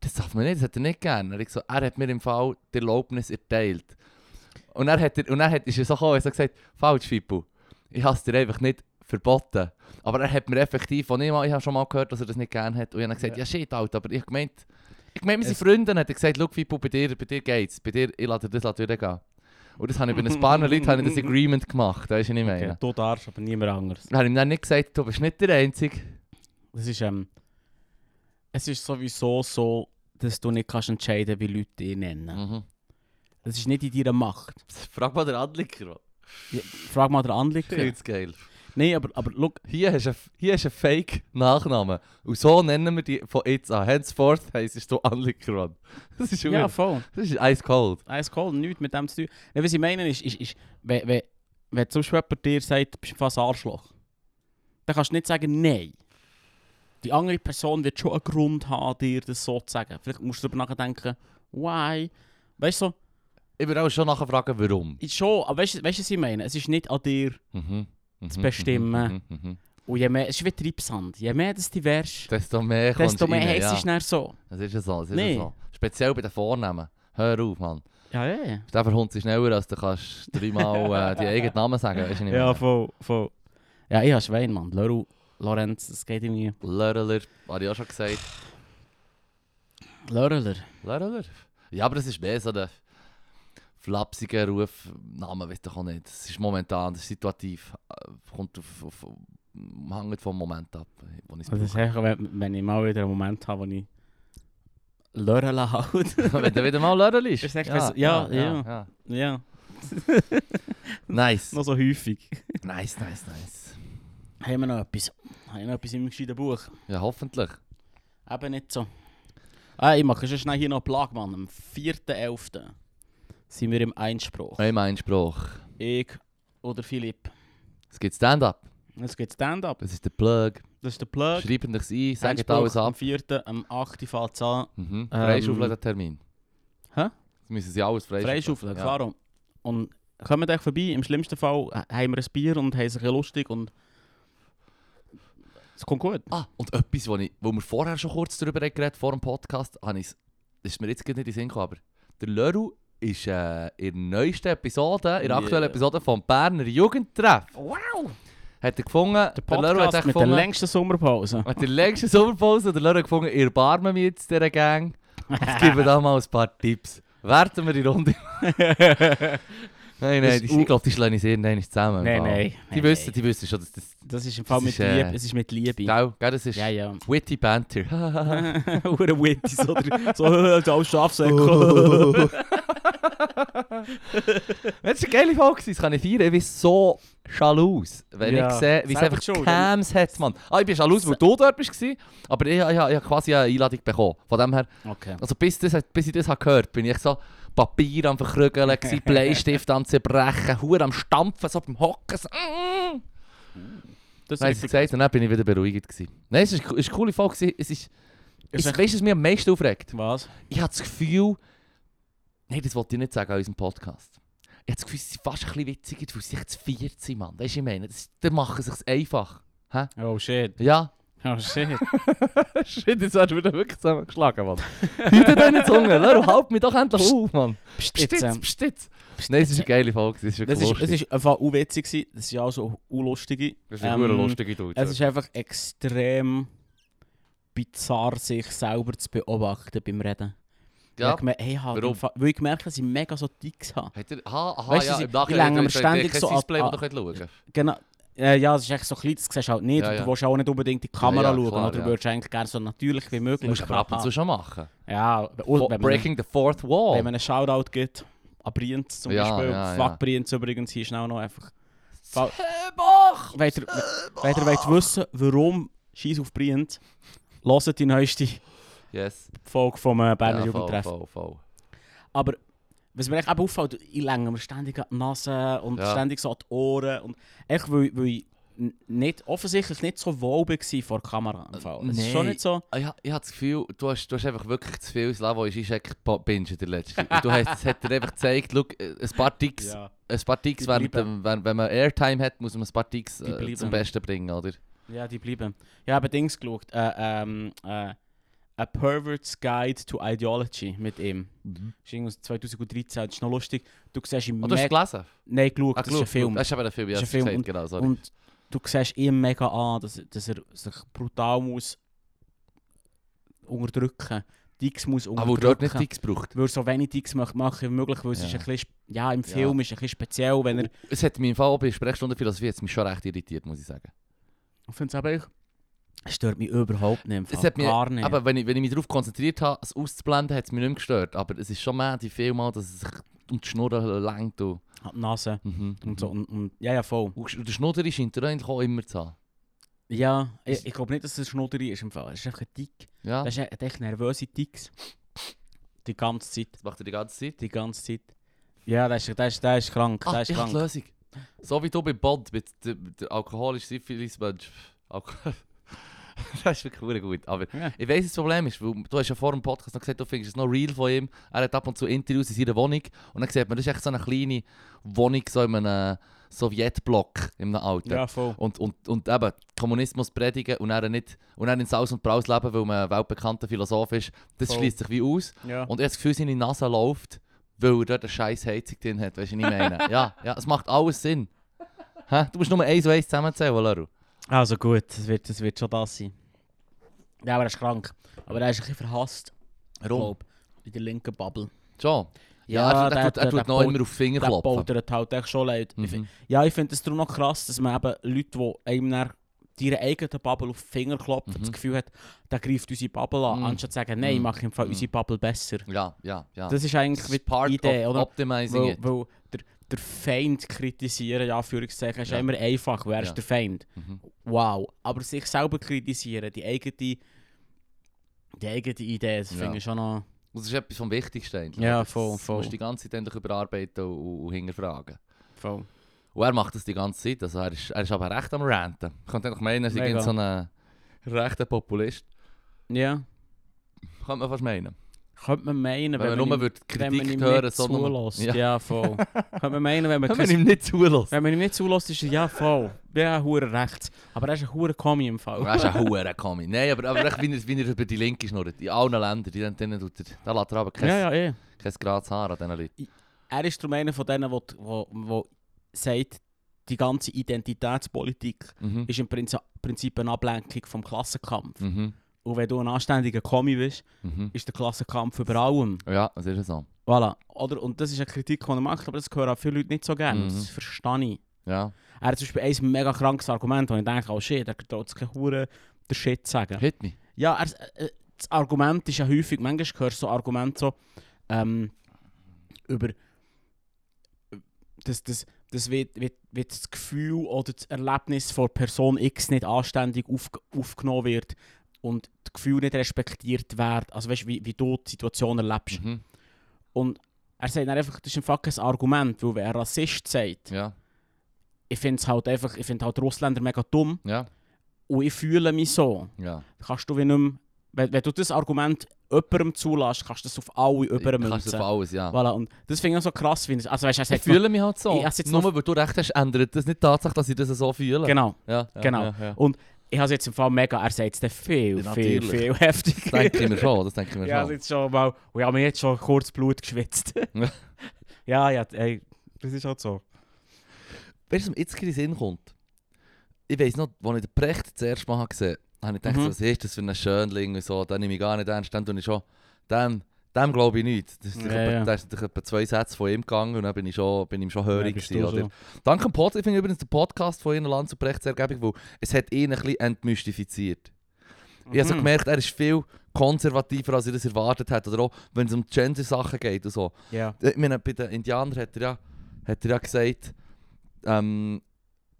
Das darf man nicht, das hat er nicht gern. Und ich so, er hat mir im Fall die Erlaubnis erteilt. Und er hat, er- und er hat, ist er so gekommen, er hat so gesagt, falsch, Fippo, ich habe es dir einfach nicht verboten. Aber er hat mir effektiv, von ihm, an- ich habe schon mal gehört, dass er das nicht gerne hat. Und ich habe gesagt, ja, Ja. shit, Alter, aber ich gemeint, ich gemeint, meine Es- Freunde hat er gesagt, schau, Fippo, bei dir, bei dir geht's, bei dir, ich lasse dir das lasse durchgehen. Und das habe ich bei ein paar Leuten habe ich das Agreement gemacht, weißt du, was ich meine? Okay, du darfst, aber niemand anderes. Dann habe ich ihm dann nicht gesagt, du bist nicht der Einzige. Das ist, ähm, es ist sowieso so, dass du nicht kannst entscheiden wie Leute dich nennen. Mhm. Das ist nicht in deiner Macht. Frag mal den Adliker, Ja, frag mal den Anliegen. ist geil. Nein, aber, aber schau, Hier hast du hier hast du einen Fake-Nachnamen. Und so nennen wir die von jetzt an. Henceforth heisst du Anliker, Das ist ja, ja, voll. Das ist ice cold. Eis Cold, nichts mit dem zu tun. Nein, was ich meine ist, ist, ist wenn, wenn, wenn zum Beispiel jemand dir sagt, du bist fast ein Arschloch, dann kannst du nicht sagen, nein. Die andere Person wird schon einen Grund haben, dir das so zu sagen. Vielleicht musst du darüber nachdenken, why? Weißt du, so, Ich würde auch schon nachfragen, warum. ich schon, aber weißt du, weißt du, was ich meine? Es ist nicht an dir. Mhm. Mhm, Zu bestimmen. mhm, mhm, mhm. Und je mehr, es ist wie Treibsand. Je mehr das du wärst, Desto mehr kommst desto du mehr rein, heiß ja. ist es so. Das ist ja so, das ist Nee. ja so. Speziell bei den Vornamen. Hör auf, Mann. Ja, ja, ja. Der verhund sich schneller, als du kannst [laughs] dreimal äh, die eigenen Namen sagen kannst. Ja, voll, voll. Ja, ich habe Schwein, Mann. Leru, Lorenz, das geht irgendwie. Lörler, habe ich auch schon gesagt. Lörler. Lörler. Ja, aber das ist mehr so der flapsige Ruf. Namen weiß doch auch nicht. Das ist momentan, das ist situativ. Äh, Kommt auf, auf, äh, hängt vom Moment ab, wo ich es Das ist brauche. echt, wenn, wenn ich mal wieder einen Moment habe, wo ich Lörele haut. [laughs] Wenn du wieder mal Lörler ist. Das ist echt besser. Ja, ja. [laughs] ja, Nice. noch so häufig. Nice, nice, nice. Haben wir noch etwas? Haben wir noch etwas im gescheiten Buch? Ja, hoffentlich. Eben nicht so. Ah, ich mache schon schnell hier noch einen Plug, Mann. Am 4.11. sind wir im Einspruch. Mein Einspruch. Ich oder Philipp. Es gibt Stand-up. Jetzt geht Stand-up. Das ist der Plug. Das ist der Plug. Schreibt euch ein, sagt Endspruch alles Am ab. 4. am 8. fängt es an. Mhm. Ähm, Freischaufeln den Termin. Hä? Jetzt müssen sie Dus alles freischaufeln. Freischaufeln, Ja. klar. Und kommen euch vorbei. Im schlimmsten Fall ha- haben wir ein Bier und haben sich lustig und... Es kommt gut. Ah, und etwas, wo, ich, wo wir vorher schon kurz darüber haben geredet vor dem Podcast, habe ich's- das ist mir jetzt gerade nicht in den Sinn gekommen, aber der Leru ist äh, in der neuesten Episode, in der aktuellen Yeah. Episode vom Berner Jugendtreff, Wow! hat er gefunden, Der Leru Podcast echt mit der längsten Sommerpause. hat die längste Sommerpause, der Leru hat gefunden, ihr barmen mich jetzt dieser Gang, jetzt geben wir da mal ein paar Tipps. Werten wir die Runde. nein, Das nein, die, u- ich glaube, die schlagen sich irgendwann zusammen. Nein, im Fall. nein, Die nein, wissen, nein. die dus wissen schon, dass das... Das ist im Fall Das mit ist, äh, Liebe. Es ist mit Liebe. Gell, gell, das ist [laughs] Ja, ja. [laughs] witty banter. [laughs] Hure witty. So, der- so, so alles Schafsäckel. Das ist eine geile Folge, das kann ich feiern. Ich bin so schalus, wenn Ja, ich sehe, wie es selber einfach schuld, Cams hat, Mann. Ah, ich bin schalus, weil du dort warst, aber ich, ich, ich, habe quasi eine Einladung bekommen. Von dem her, Okay. also bis, das, bis ich das habe gehört bin ich so Papier am [laughs] Verkrügeln, gewesen, Bleistift am Zerbrechen, Hure am Stampfen, so beim Hocken. So. Mm. Das Nein, sie gesagt, und dann bin ich wieder beruhigt. Gewesen. Nein, es war eine coole Folge. gewesen. Es ist, ist, Ist echt- weißt du, was mich am meisten aufregt? Was? ich habe das Gefühl, nein, das wollte ich nicht sagen an unserem Podcast. Ich habe das Gefühl, sie sind fast ein bisschen witziger, weil sie sich zu viert sind, Mann. Weißt du, ich meine, das, die machen sich's einfach. Oh shit. Ja. Oh shit. [laughs] Shit, jetzt werden wir wieder wirklich zusammengeschlagen, Mann. Hüte deine Zunge, Leru, halt mich doch endlich Psst. auf, Mann. Jetzt, ähm, bestitz. Nein, eh, es war eine geile Folge, es ist wirklich Das ist, lustig. es ist einfach unwitzig gewesen. Das ist ja auch so unlustige. Ähm, Dude. Es ist einfach extrem bizarr, sich selber zu beobachten beim Reden. ja. Ich hab gemerkt, hey, ich hab Warum? im Fall- weil ich gemerkt habe, dass ich mega so Ticks habe. Hat er, aha, aha, Weißt du, ja, sie- im Nachhinein die lenken hat er mir gesagt, ständig kein so ab- Display, ab- wo du kannst schauen Genau. Äh, ja, es ist echt so klein, das siehst du halt nicht. Ja, und ja. Du willst auch nicht unbedingt in die Kamera ja, schauen. klar, oder ja. du würdest eigentlich gerne so natürlich wie Das möglich. musst du aber ab und zu schon machen. Ja, Fo- wenn man, Breaking the fourth wenn wall. man einen Shoutout gibt an Brienz zum Ja, Beispiel. ja, Fuck ja. Brienz übrigens, hier schnell noch einfach. Sebach! Wenn ihr, wenn ihr wollt wissen warum Scheiß auf Brienz, hört die neueste Yes. Folge vom äh, Berner Ja, Jugendtreff. Voll, voll, voll. Aber was mir echt eben auffällt, ich länge mir ständig an die Nase und Ja. ständig so an die Ohren. Und echt, weil, weil ich n- nicht, offensichtlich nicht so wohl war vor der Kamera. Im Fall. Es ist nee. schon nicht so. Ah, Ich, ha- ich habe das Gefühl, du hast, du hast einfach wirklich zu viel Slavo ist einschickt binge der letzte. Und du [laughs] hast, es hat dir einfach gezeigt, look, äh, ein paar Ticks, Ja. ein paar Ticks Die während bleiben. dem, wenn, wenn man Airtime hat, muss man ein paar Ticks Die äh, bleiben. zum Besten bringen, oder? ja, die bleiben. Ich habe Dings geschaut. Äh, ähm, äh, A Pervert's Guide to Ideology mit ihm. Das ist irgendwas 2013, das ist noch lustig. Du siehst im Mhm. Oh, du hast es mega... gelesen? Nein, geschaut, Ah, das ist ein geschaut, Film. geschaut. Das ist eben ein Film, ja, Das das ist ein Film gesagt, genau, sorry. Und du siehst ihm mega an, dass, dass er sich brutal muss unterdrücken. Dicks muss Aber unterdrücken. Ah, wo dort nicht Ticks braucht. weil er so wenig Dicks mach- machen wie möglich, weil es Ja. Oh. ist ein bisschen, ja, im Film ist es ein bisschen speziell, wenn er... Es hat mich im Fall auch bei Sprechstunde Philosophie jetzt mich schon recht irritiert, muss ich sagen. Ich finde es aber echt... Es stört mich überhaupt nicht, im Fall. Es hat mich, gar nicht. aber wenn ich, wenn ich mich darauf konzentriert habe, es auszublenden, hat es mich nicht mehr gestört. Aber es ist schon mehr die Mal, dass es sich um die Schnurren lenkt. Und, An die Nase mhm, und so. Und, und, ja, ja, voll. Und der Schnudder scheint er eigentlich auch immer zu haben. Ja, ich, ich glaube nicht, dass es Schnudderi ist im Fall. Es ist einfach ein Dick. Ja. Er Das ist echt- hat echt nervöse Dicks. Die ganze Zeit. macht er die ganze Zeit. Die ganze Zeit. Ja, der ist, der ist, der ist krank. der Ah, ist ich habe die krank. Lösung. So wie du bei Bond, mit der, der alkoholischen Syphilis-Mensch. Alko- [laughs] das ist wirklich verdammt gut. Aber Ja. ich weiss, das Problem ist, weil du hast ja vor dem Podcast noch gesagt, du findest es noch real von ihm. Er hat ab und zu Interviews in seiner Wohnung und dann sieht man, das ist echt so eine kleine Wohnung so in einem äh, Sowjetblock, in einem alten. Ja, voll. Und, und, und eben, Kommunismus predigen und dann, nicht, und dann in Saus und Braus leben, weil man ein weltbekannter Philosoph ist, das Voll. schließt sich wie aus. [laughs] Ja. Und ich habe das Gefühl, seine Nase läuft, weil er dort eine scheiß Heizung drin hat. Weißt du, was ich meine? ja, ja, es macht alles Sinn. Hä? Du musst nur eins und eins zusammenzählen, Leru. Also gut, das wird, das wird schon das sein. Ja, aber er ist krank. Aber er ist ein bisschen verhasst, Warum? glaube In der linken Bubble. Schon. Ja, er, er, tut, er tut noch immer auf die Finger Der klopfen. poltert halt echt schon leid. Ich Mhm. fi- Ja, ich finde es darum noch krass, dass man eben Leute, die einem dann ihre eigene Bubble auf die Finger klopfen, das Gefühl hat, der greift unsere Bubble an, Mhm. anstatt zu sagen, nein, Mhm. mach im Fall Mhm. unsere Bubble besser. Ja, ja, ja. Das ist eigentlich Das wie ist part die Idee, of oder? optimizing Weil, it. weil der, der Feind kritisieren, ja, Anführungszeichen, ist Ja. immer einfach. Wer ist Ja. der Feind? Mhm. Wow. Aber sich selber kritisieren, die eigene, die eigene Idee, das Ja. finde ich schon noch... Das ist etwas vom Wichtigsten eigentlich. Ja, Das voll, voll. musst du die ganze Zeit eigentlich überarbeiten und, und, und hinterfragen. Voll. Und er macht das die ganze Zeit. Also er, ist, er ist aber recht am Ranten. Ich könnte eigentlich meinen, er Mega. ist so ein rechter Populist. Ja. Könnte man fast meinen. Könnte man meinen, Wenn, man wenn, man nur ihm, würde wenn man ihm Kritik hören nicht so nur- zulässt. Ja. Ja. [laughs] voll. Könnte man meinen, wenn man, Wenn man kein- ihm nicht zulässt. wenn man ihm nicht zulässt, ist er dus ja voll. Ja, hure recht. Aber er ist ein hure Kommi im Fall. Er ist ein hoher Kami. Nein, aber, aber echt, wie, er, wie er über die Linke schnurrt. In allen Ländern. Die, denen tut er, da lässt er aber kein, Ja, ja, eh. kein Graz Haar an diesen Leuten. Er ist darum einer von denen, wo, wo, wo sagt, die ganze Identitätspolitik Mhm. ist im Prinzip, Prinzip eine Ablenkung vom Klassenkampf. Mhm. Und wenn du ein anständiger Kommi bist, Mhm. ist der Klassenkampf über allem. Ja, das ist so. Voilà. Oder, und das ist eine Kritik, die er macht, aber das hören auch viele Leute nicht so gerne. Mhm. Das verstehe ich. Ja. Er hat zum Beispiel ein mega krankes Argument, wo ich denke, oh shit, er traut sich keine Hure der Shit zu sagen. Hit me. Ja, er, äh, das Argument ist ja häufig, manchmal hörst du so Argumente so, ähm, über das, das, das wird, wird, wird das Gefühl oder das Erlebnis von Person X nicht anständig auf, aufgenommen wird und das Gefühl nicht respektiert wird. Also weißt du, wie, wie du die Situation erlebst. Mhm. Und er sagt dann einfach, das ist ein fucking Argument, weil wenn er Rassist sagt, Ja. ich finde halt einfach, ich finde halt Russländer mega dumm Ja. und ich fühle mich so. Ja. Kannst du wie nicht mehr, wenn, wenn du das Argument jemandem zulässt, kannst du das auf alle Kannst du übermünzen. auf alles, ja. Voilà, und das finde ich auch so krass, wie er- also weißt, du, er Ich sagt fühle mich halt so. Ich hab's jetzt Nur noch- weil du recht hast, ändert das nicht die Tatsache, dass ich das so fühle. noch, genau, Ja, ja, Genau. Ja, ja. ich habe es jetzt im Fall mega, er sagt es dann viel, Ja, viel, natürlich. viel heftiger. Das [laughs] denke ich mir schon. Das denke ich mir Ja, schon. jetzt schon mal, und ich habe mir jetzt schon kurz [laughs] Blut geschwitzt. Ja. ja, ja, ey, das ist halt so. Weißt du, was mir jetzt gerade in den Sinn kommt? Ich weiß noch, als ich den Precht das erste Mal gesehen habe, habe ich gedacht, Mhm. was ist das für ein Schönling und so, den nehme ich gar nicht ernst, dann tue ich schon, dem, dem glaube ich nicht. Das ist Ja, ja, etwa, ja. Da ist etwa zwei Sätze von ihm gegangen und dann bin ich schon, bin ihm schon hörig bist gewesen, du oder? so. Danke dem Podcast, ich finde übrigens den Podcast von Ihnen Land zu Precht sehr ergeblich, weil es hat ihn ein bisschen entmystifiziert. Ich habe so Mhm. gemerkt, er ist viel konservativer, als ich das erwartet hätte, oder auch wenn es um Gender-Sachen geht und so. Ja. Ich meine, bei den Indianern hat er ja, hat er ja gesagt, ähm,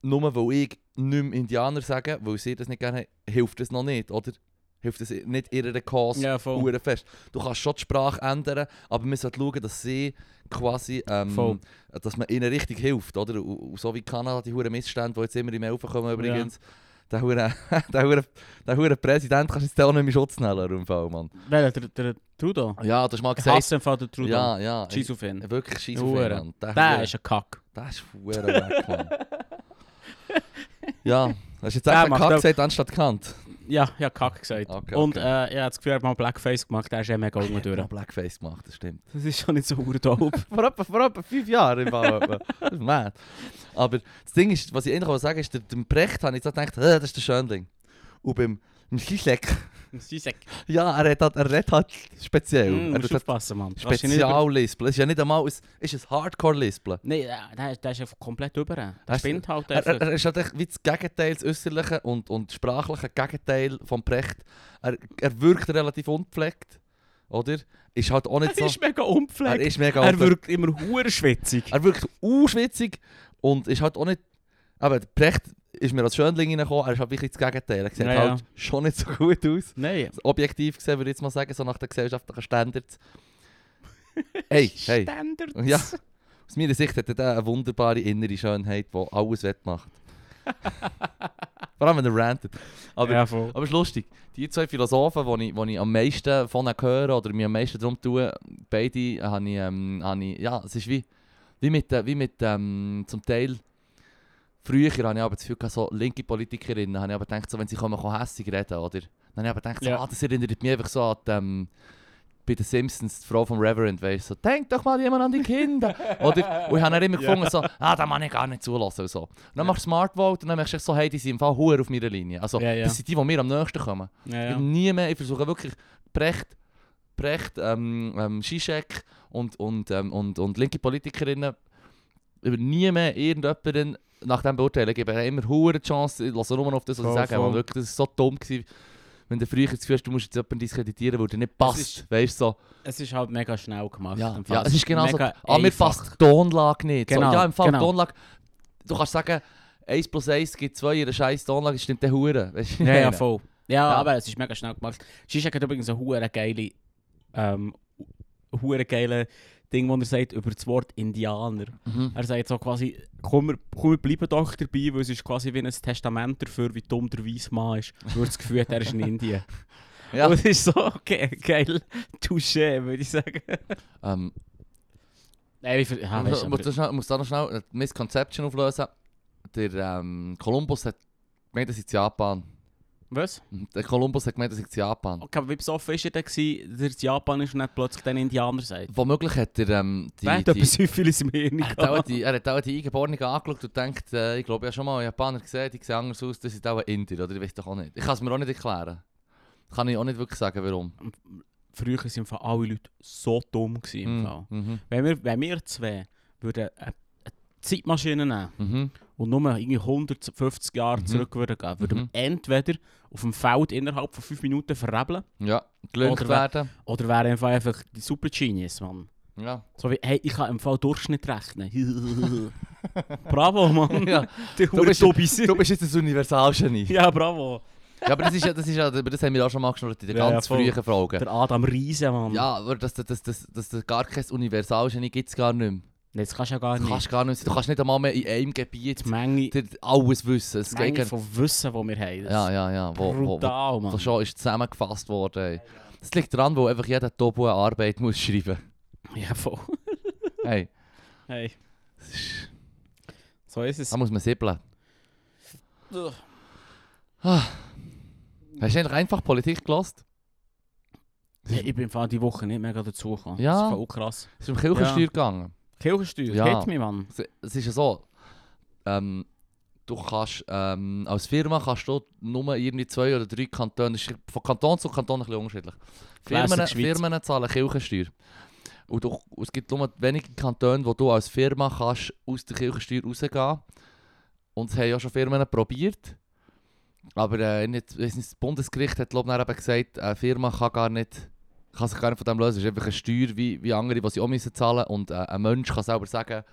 nur weil ich nicht mehr Indianer sage, weil sie das nicht gerne haben, hilft das noch nicht, oder? Hilft das nicht ihrer Cause Ja, voll. hure fest. Du kannst schon die Sprache ändern, aber man sollte schauen, dass sie quasi, Voll. ähm, dass man ihnen richtig hilft, oder? Und, und so wie Kanada, die huren Missstände, die jetzt immer im Elfen kommen übrigens, der [laughs] hure, der hure, der hure Präsident kannst du jetzt auch nicht mehr Schutz nehmen, im Fall, Mann. Wel, der, der Trudeau. Ja, das mag Ich gesagt. hasse im Fall den Trudeau. Ja, ja. Scheiss auf ihn. Ja, Wirklich scheiß auf Hure. ihn, Mann. Der, Der Hure- ist ein Kack. der ist verdammt weg, Mann. ja, hast du jetzt Der einfach macht Kack auch- gesagt anstatt Kant? Ja, ja, Kack gesagt. Ah, Okay, Und okay. äh, ich habe das Gefühl, er hat mal Blackface gemacht, der ist eh mega [laughs] unten Ich durch. hab Blackface gemacht, das stimmt. Das ist schon nicht so urtaub. [laughs] vor, etwa, vor etwa fünf Jahren im [laughs] Fall. etwa. das ist mad. Aber das Ding ist, was ich eigentlich wollte sagen ist, der- dem Brecht habe ich so gedacht, «Äh, das ist der Schönling. Und beim, beim Schischleck, Sisek. [laughs] ja, er redet halt, er redet halt speziell. Mm, er musst tut halt aufpassen, Mann. Kannst du nicht über- Speziallispeln. Es ist ja nicht einmal, es ist ein Hardcore-Lispeln. Nein, äh, der, ist- der ist einfach komplett über. Der Hast- spinnt halt Er, er, einfach. er ist halt echt wie das Gegenteil, das äußerliche und, und sprachliche Gegenteil von Precht. Er, er wirkt relativ unpflegt, oder? Ist halt auch nicht so. mega Er unpflegt. ist mega Er, unpflegt. wirkt immer hurenschwitzig. Er wirkt unschwitzig und ist halt auch nicht. Aber Precht ist mir als Schönling reingekommen, er ist halt wirklich das Gegenteil. Er sieht Ja, ja. halt schon nicht so gut aus. Nein. Objektiv gesehen würde ich jetzt mal sagen, so nach den gesellschaftlichen [laughs] Standards. Hey, hey. Standards. Ja. Aus meiner Sicht hat er eine wunderbare innere Schönheit, die alles [laughs] wettmacht. Vor allem, wenn er rantet. Aber, ja, voll. aber es ist lustig. Die zwei Philosophen, die ich, die ich am meisten von ihnen höre oder mich am meisten darum tue, beide äh, habe ich, ähm, habe ich... Ja, es ist wie, wie mit, äh, wie mit ähm, zum Teil... Früher habe ich aber das Gefühl, gehabt, so linke Politikerinnen, habe ich aber gedacht, so, wenn sie kommen, kann hässig reden, oder? Dann habe ich aber gedacht, so, Ja. ah, das erinnert mich einfach so an die, ähm, bei den Simpsons, die Frau vom Reverend, weißt du, so, denk doch mal jemand an die Kinder. Oder, und ich habe dann immer gefunden, so, ah, da kann ich gar nicht zulassen. Und so. Und dann machst du Smart Vote und dann merkst du echt so, hey, die sind im Fall Huren auf meiner Linie. Also, Ja, ja. das sind die, die mir am nächsten kommen. Ja, Ich ja. hab nie mehr, ich versuche wirklich Brecht, Brecht ähm, ähm, Zizek und, und, ähm, und, und linke Politikerinnen, ich will nie mehr irgendjemanden nach dem beurteilen. Ich gebe ihnen immer hure Chance, ich lasse nur noch auf das, was Voll, ich sage. voll. Weil wirklich, das war so dumm, gewesen, wenn du früher das Gefühl hast, du musst jetzt jemanden diskreditieren, weil der nicht passt. ist- Weißt du, so. Es ist halt mega schnell gemacht. Ja, im Fall. ja, es ist genau so. mega Ah, mir einfach. passt die Tonlage nicht. Genau, so, ja, im Fall die genau. Tonlage. Du kannst sagen, 1 plus 1 gibt 2 in einer scheiß Tonlage, das stimmt der Hure. Weißt du, Ja, ja, meine? voll. Ja, Ja. aber es ist mega schnell gemacht. Zizek hat übrigens eine hure geile ähm, hure geile Ding, wo er sagt über das Wort Indianer. Mhm. Er sagt so quasi, komm, wir, komm, wir bleiben doch dabei, weil es ist quasi wie ein Testament dafür, wie dumm der weisse Mann ist. Weil er das Gefühl hat, er ist in Indien. [laughs] Ja. Und es ist so okay, geil. Touché, würde ich sagen. Ähm, Nein, ich ja, ich weißt, muss, aber, da schnell, muss da noch schnell eine nou Misconception auflösen. Der ähm, Columbus hat gemeint, er sei in Japan. was? Der Columbus hat gemeint, er sei in Japan. Okay, aber wie besoffen war er denn, gewesen, dass er in Japan ist und nicht plötzlich den Indianer sagt? Womöglich hat er ähm, die... Wer hat die Äh, etwas Syphilis im Hirn er hat auch [laughs] gehabt? die, er hat auch die Eingeborenen angeschaut und denkt, äh, ich glaube, ich habe schon mal einen Japaner gesehen, die sehen anders aus, das sind auch Inder, oder? Ich weiß doch auch nicht. Ich kann es mir auch nicht erklären. Kann ich auch nicht wirklich sagen, warum. Früher waren im Fall alle Leute so dumm. Gewesen, im Mhm. Fall. Mhm. Wenn, wir, wenn wir zwei würden eine, eine Zeitmaschine nehmen Mhm. und nur irgendwie 150 Jahre Mhm. zurück würden gehen, würden Mhm. wir entweder auf dem Feld innerhalb von 5 Minuten verrebeln Ja, gelüngt Oder wer- werden. oder wären einfach, einfach die Super Genius, Mann. Ja. So wie, hey, ich kann im Fall Durchschnitt [laughs] rechnen. bravo, Mann. [laughs] Ja. Der Du bist- Tobis. Du bist jetzt ein Universalgenie. Ja, bravo. [laughs] Ja, aber das ist ja, das ist ja, über das haben wir auch schon mal geschnurrt in den Ja, ja, ganz voll. frühen Fragen. Der Adam Riese, Mann. Ja, aber dass das, das, das, das, das gar kein Universalgenie gibt es gar nicht mehr. Ah, Nee, Das kannst du ja gar Das nicht. kannst gar nicht, du kannst nicht einmal mehr in einem Gebiet Die Menge, dir alles wissen. Es die geht Menge gar- von Wissen, die wir haben. das ja, ist ja, ja. Wo, wo, wo, Brutal, wo Mann. schon ist zusammengefasst worden. Ey. Das liegt daran, wo einfach jeder Tobu eine Arbeit muss [laughs] schreiben Ja, voll. muss. Hey, Hey, das ist- so ist es. da muss man sippeln. Hast du eigentlich einfach Politik gelost? Nee, ich bin im Fall die Woche nicht mega dazugekommen. Ja. Das ist voll krass. Es ist um Kirchensteuer Ja. gegangen. Kirchensteuer, Ja. ja. hit mich, Mann. Es- Es ist ja so, ähm, du kannst ähm, als Firma kannst du nur irgendwie zwei oder drei Kantone, das ist von Kanton zu Kanton ein bisschen unterschiedlich. Classic Firmen, Schweiz. Firmen zahlen Kirchensteuer. Und du, und es gibt nur wenige Kantone, wo du als Firma kannst aus der Kirchensteuer rausgehen Und es haben ja schon Firmen probiert. Aber äh, nicht, weiss nicht, das Bundesgericht hat glaub, ich, dann eben gesagt, eine Firma kann, gar nicht, kann sich gar nicht von dem lösen. Es ist einfach eine Steuer wie, wie andere, die sie auch müssen zahlen Und äh, ein Mensch kann selber sagen,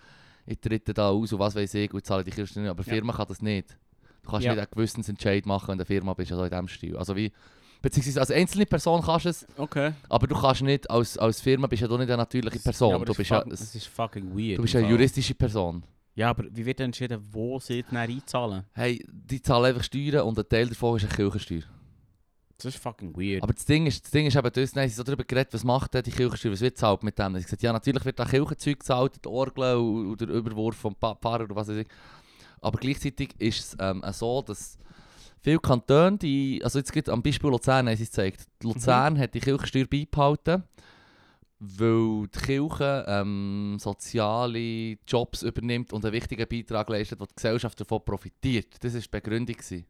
ich tritt da aus und was weiß ich und zahle die Kirchensteuer. nicht. Aber eine Ja. Firma kann das nicht. Du kannst Ja. nicht einen Gewissensentscheid machen, wenn du eine Firma bist, also in diesem Stil. Also wie, beziehungsweise als einzelne Person kannst du es, Okay. aber du kannst nicht, als, als Firma bist ja du nicht eine natürliche Person. Ja, aber du, das bist ist ja, fuck- Das ist fucking weird. du bist im eine Fall. juristische Person. Ja, aber wie wird denn entschieden, wo sie dann einzahlen? Hey, die zahlen einfach Steuern und ein Teil davon ist eine Kirchensteuer. Das ist fucking weird. Aber das Ding ist, das Ding ist eben, das, nein, sie haben so darüber geredet, was macht denn die Kirchensteuer, was wird gezahlt mit dem? Sie haben gesagt, ja, natürlich wird da Kirchenzeug gezahlt, die Orgel und, und der Überwurf vom Pa- Pfarrer oder was weiß ich. Aber gleichzeitig ist es ähm, auch so, dass viele Kantone, die, also jetzt gibt am Beispiel Luzern, haben sie es gezeigt, Die Luzern hat die Kirchensteuer beibehalten, weil die Kirche ähm, soziale Jobs übernimmt und einen wichtigen Beitrag leistet, wo die Gesellschaft davon profitiert. Das war die Begründung. Gewesen.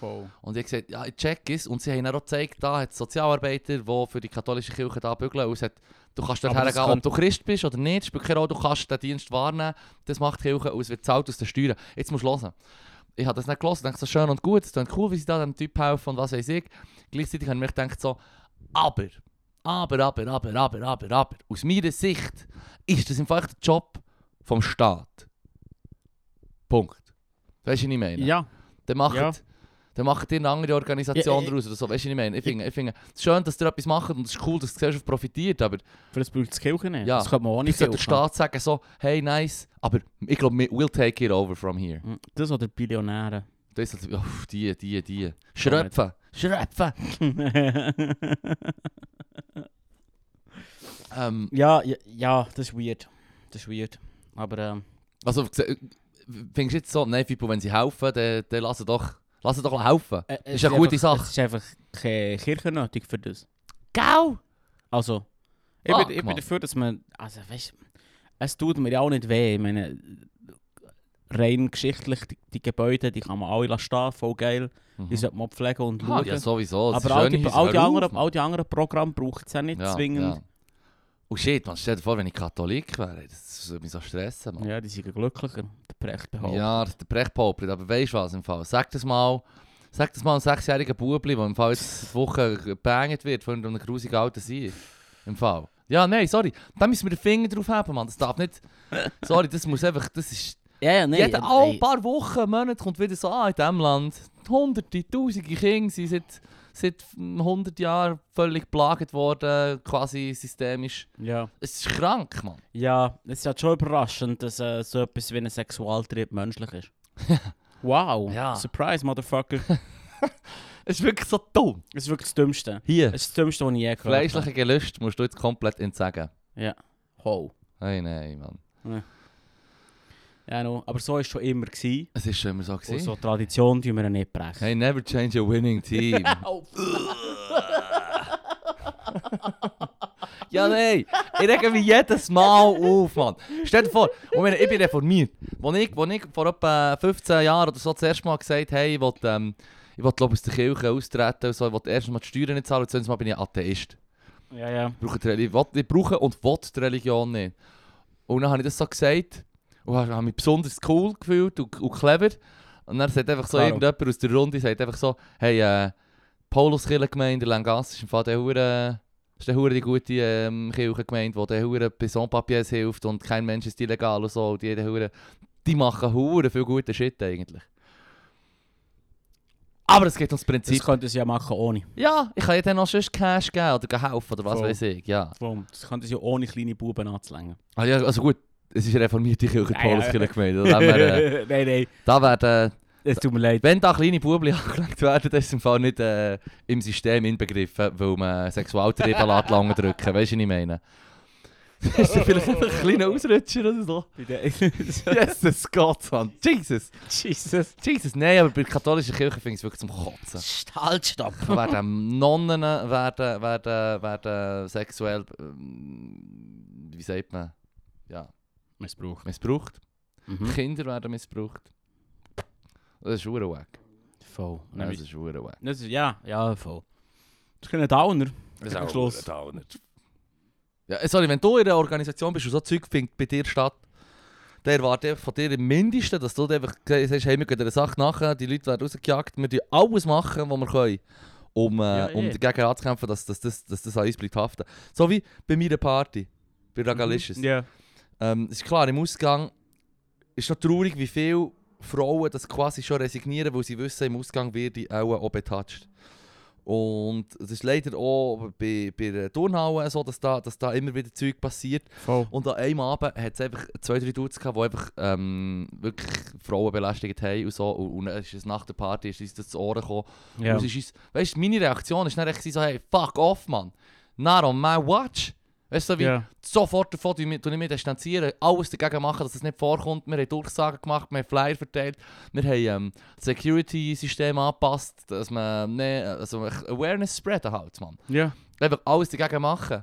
Voll. Und ich gesagt, ja, ich check es. Und sie haben dann auch gezeigt, da hat es Sozialarbeiter, die für die katholische Kirche da bügeln. Und es hat, du kannst dort Aber das hergehen, ob könnte- du Christ bist oder nicht, spielt keine Rolle, du kannst den Dienst wahrnehmen. Das macht die Kirche und es wird zahlt aus den Steuern. Jetzt musst du hören. Ich habe das nicht gelesen, denke so schön und gut, es klingt cool, wie sie da dem Typ helfen und was weiß ich. Gleichzeitig habe ich mir gedacht so, aber, aber, aber, aber, aber, aber, aber, aus meiner Sicht ist das im Fall der Job vom Staat. Punkt. Weißt du, was ich meine? Ja. Dann macht, Ja. dann macht ihr eine andere Organisation Ja, ich- daraus oder so. Weißt du, was ich meine? Ich finde, ich finde, es ist schön, dass ihr etwas macht und es ist cool, dass die Gesellschaft profitiert, aber Für das braucht es die Kirche nicht. Ja. Das könnte man auch ich nicht sollte der Staat sagen so, hey, nice, aber ich glaube, wir- we'll take it over from here. Hm, Das oder die Billionäre. Das ist also, uff, die, die, die. Schröpfen, [laughs] schröpfen. Ähm, ja, ja, ja, das ist weird. Das ist weird. Aber ähm, also, gse- findest du jetzt so, nein, Fipo, wenn sie helfen, dann, dann lassen doch, lassen doch helfen. äh, es Ist eine gute einfach, Sache. Es ist einfach keine Kirche nötig für das. Gau! Also, ich, Fuck, bin, ich Mann. bin dafür, dass man. Also, weißt es tut mir ja auch nicht weh. Ich meine, rein geschichtlich, die, die Gebäude, die kann man alle lassen stehen, voll geil. Die sollte man pflegen und Ah, schauen. Mhm. ja, sowieso. es Aber ist all schön, die, hieß, all, die hör auf, anderen, Mann. all die anderen Programme braucht es ja nicht zwingend. Und shit, man, stell dir vor, wenn ich Katholik wäre, das würde mich so stressen, Ja. Mann. die halt. sind glücklicher. Der Precht Ja, behauptet. das ist der Brecht popelt, aber weißt du was im Fall? Sag das mal, sag das mal einem sechsjährigen Bubli, der im Fall jetzt die Woche gebangt wird von einem grusigen alten Sieg. Im Fall. Ja, nein, sorry. Da müssen wir den Finger drauf haben, Mann. Das darf nicht. Sorry, das muss einfach. Das ist. Ja, ja, nein. Jede, äh, alle ey, paar Wochen, Monate kommt wieder so, ah, in diesem Land, hunderte, tausende Kinder sind seit, seit 100 Jahren völlig plagt worden, quasi systemisch. Ja. Es ist krank, Mann. ja, es ist ja schon überraschend, dass äh, so etwas wie ein Sexualtrieb [laughs] menschlich ist. wow. Ja. Surprise, Motherfucker. Es ist wirklich so dumm. Das ist wirklich das Dümmste. Hier, Das ist das Dümmste, was ich je gehört habe. fleischliche Gelüste musst du jetzt komplett entsagen. Ja. Ho. Nein, nein, Mann. Ja, no. aber so war es schon immer. Gewesen. Es ist schon immer so Und gewesen. so Tradition tun wir ja nicht brechen. Hey, never change a winning [laughs] team. Oh, ja, nein. Ich rege mich jedes Mal auf, Mann. Stell dir vor, und wenn, ich bin reformiert. Als ich, als ich vor etwa 15 Jahren oder so das erste Mal gesagt habe, hey, ich will, ähm, ich will glaub, aus der Kirche austreten und so, ich will erstens mal die Steuern nicht zahlen und zweitens mal bin ich Atheist. ja, ja. Ich brauche, die Reli- ich will- ich brauche und will die Religion nicht. Und dann habe ich das so gesagt und habe habe mich besonders cool gefühlt und, und clever. Und dann sagt einfach so Claro. irgendjemand aus der Runde, sagt einfach so, hey, äh, Pauluskirchengemeinde Langas ist im Fall der Hure... ist eine hure die gute ähm, Kirchengemeinde, wo der hure bei Sans-Papiers hilft und kein Mensch ist illegal und so. Und die, hure, die machen hure viel guten Shit eigentlich. Aber es geht ums Das Prinzip. könnten sie ja machen ohne. Ja, ich kann ja dann noch sonst Cash geben oder helfen oder was Voll. weiß ich. Ja. Warum? Das könnten sie ja ohne kleine Buben anzulängen. Ah ja, also gut, es ist eine reformierte Kirche, die Ja, ja. Pauluskirchengemeinde. Da [laughs] werden, nein, nein. da werden, Es tut mir leid. wenn da kleine [laughs] Buben angelegt werden, das ist im Fall nicht äh, im System inbegriffen, weil man Sexualtrieben lässt lange drücken, weißt du, was ich meine? Das ist dann vielleicht einfach ein kleiner Ausrutscher oder so. [laughs] Jesus Gott, Mann. Jesus. Jesus. Jesus, nein, aber bei der katholischen Kirche finde ich es wirklich zum Kotzen. Halt, stopp. werden eh, Nonnen eh, werden, werden, werden sexuell, ähm, eh, wie sagt man, ja, Missbrauch. missbraucht. Mhm. Kinder werden missbraucht. Das ist hure wack. Voll. Das ist hure wack. Das ist, ja, ja, voll. Das ist ein Downer. Das ist auch Schluss. Ja, äh, sorry, wenn du in einer Organisation bist und so Zeug findet bei dir statt, dann erwarte ich von dir im Mindesten, dass du einfach sagst, hey, wir gehen der Sache nachher, die Leute werden rausgejagt, wir tun alles machen, was wir können, um, äh, Ja, um eh. dagegen anzukämpfen, dass, dass, dass, dass das an uns bleibt haften. So wie bei meiner Party, bei Ragalicious. Ja. Ähm, es ist klar, im Ausgang ist noch traurig, wie viele Frauen das quasi schon resignieren, weil sie wissen, im Ausgang werde ich auch, auch betatscht. Und es ist leider auch bei, bei der Turnhalle so, dass da, dass da immer wieder Zeug passiert. Voll. Und an einem Abend hat es einfach zwei, drei Dudes gehabt, die einfach ähm, wirklich Frauen belästigt haben und so. Und, und dann ist es nach der Party ist uns das zu Ohren gekommen. Ja. Und es ist uns, weißt, du, meine Reaktion ist dann echt so, hey, fuck off, Mann. Not on my watch. Weißt du, so wie Ja. sofort davon tu ich mich- tu ich mich distanzieren, alles dagegen machen, dass es nicht vorkommt. Wir haben Durchsagen gemacht, wir haben Flyer verteilt, wir haben ähm, das Security-System angepasst, dass man ne, also Awareness spreaden halt, Mann. Ja. Einfach alles dagegen machen.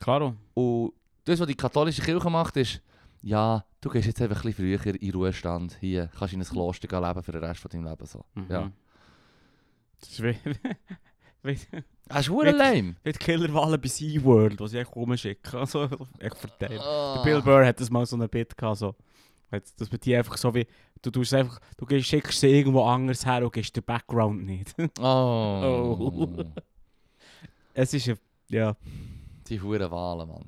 Klaro. Und das, was die katholische Kirche macht, ist, ja, du gehst jetzt einfach ein bisschen früher in Ruhestand. Hier, kannst in ein Kloster gehen leben für den Rest von deinem Leben. So. Mhm. Ja. Das ist wie... [laughs] wie, Das ist verdammt lame. wie die Killerwallen bei SeaWorld, die sie echt rumschicken. Also, echt verteilt. Ah. Bill Burr hat das mal so einen Bit gehabt, so. Jetzt, dass man dus die einfach so wie, du tust einfach, du gehst- schickst sie irgendwo anders her und gehst den Background [laughs] nicht. Oh. Oh. es ist ein, ja, Die Huren Wahlen, Mann.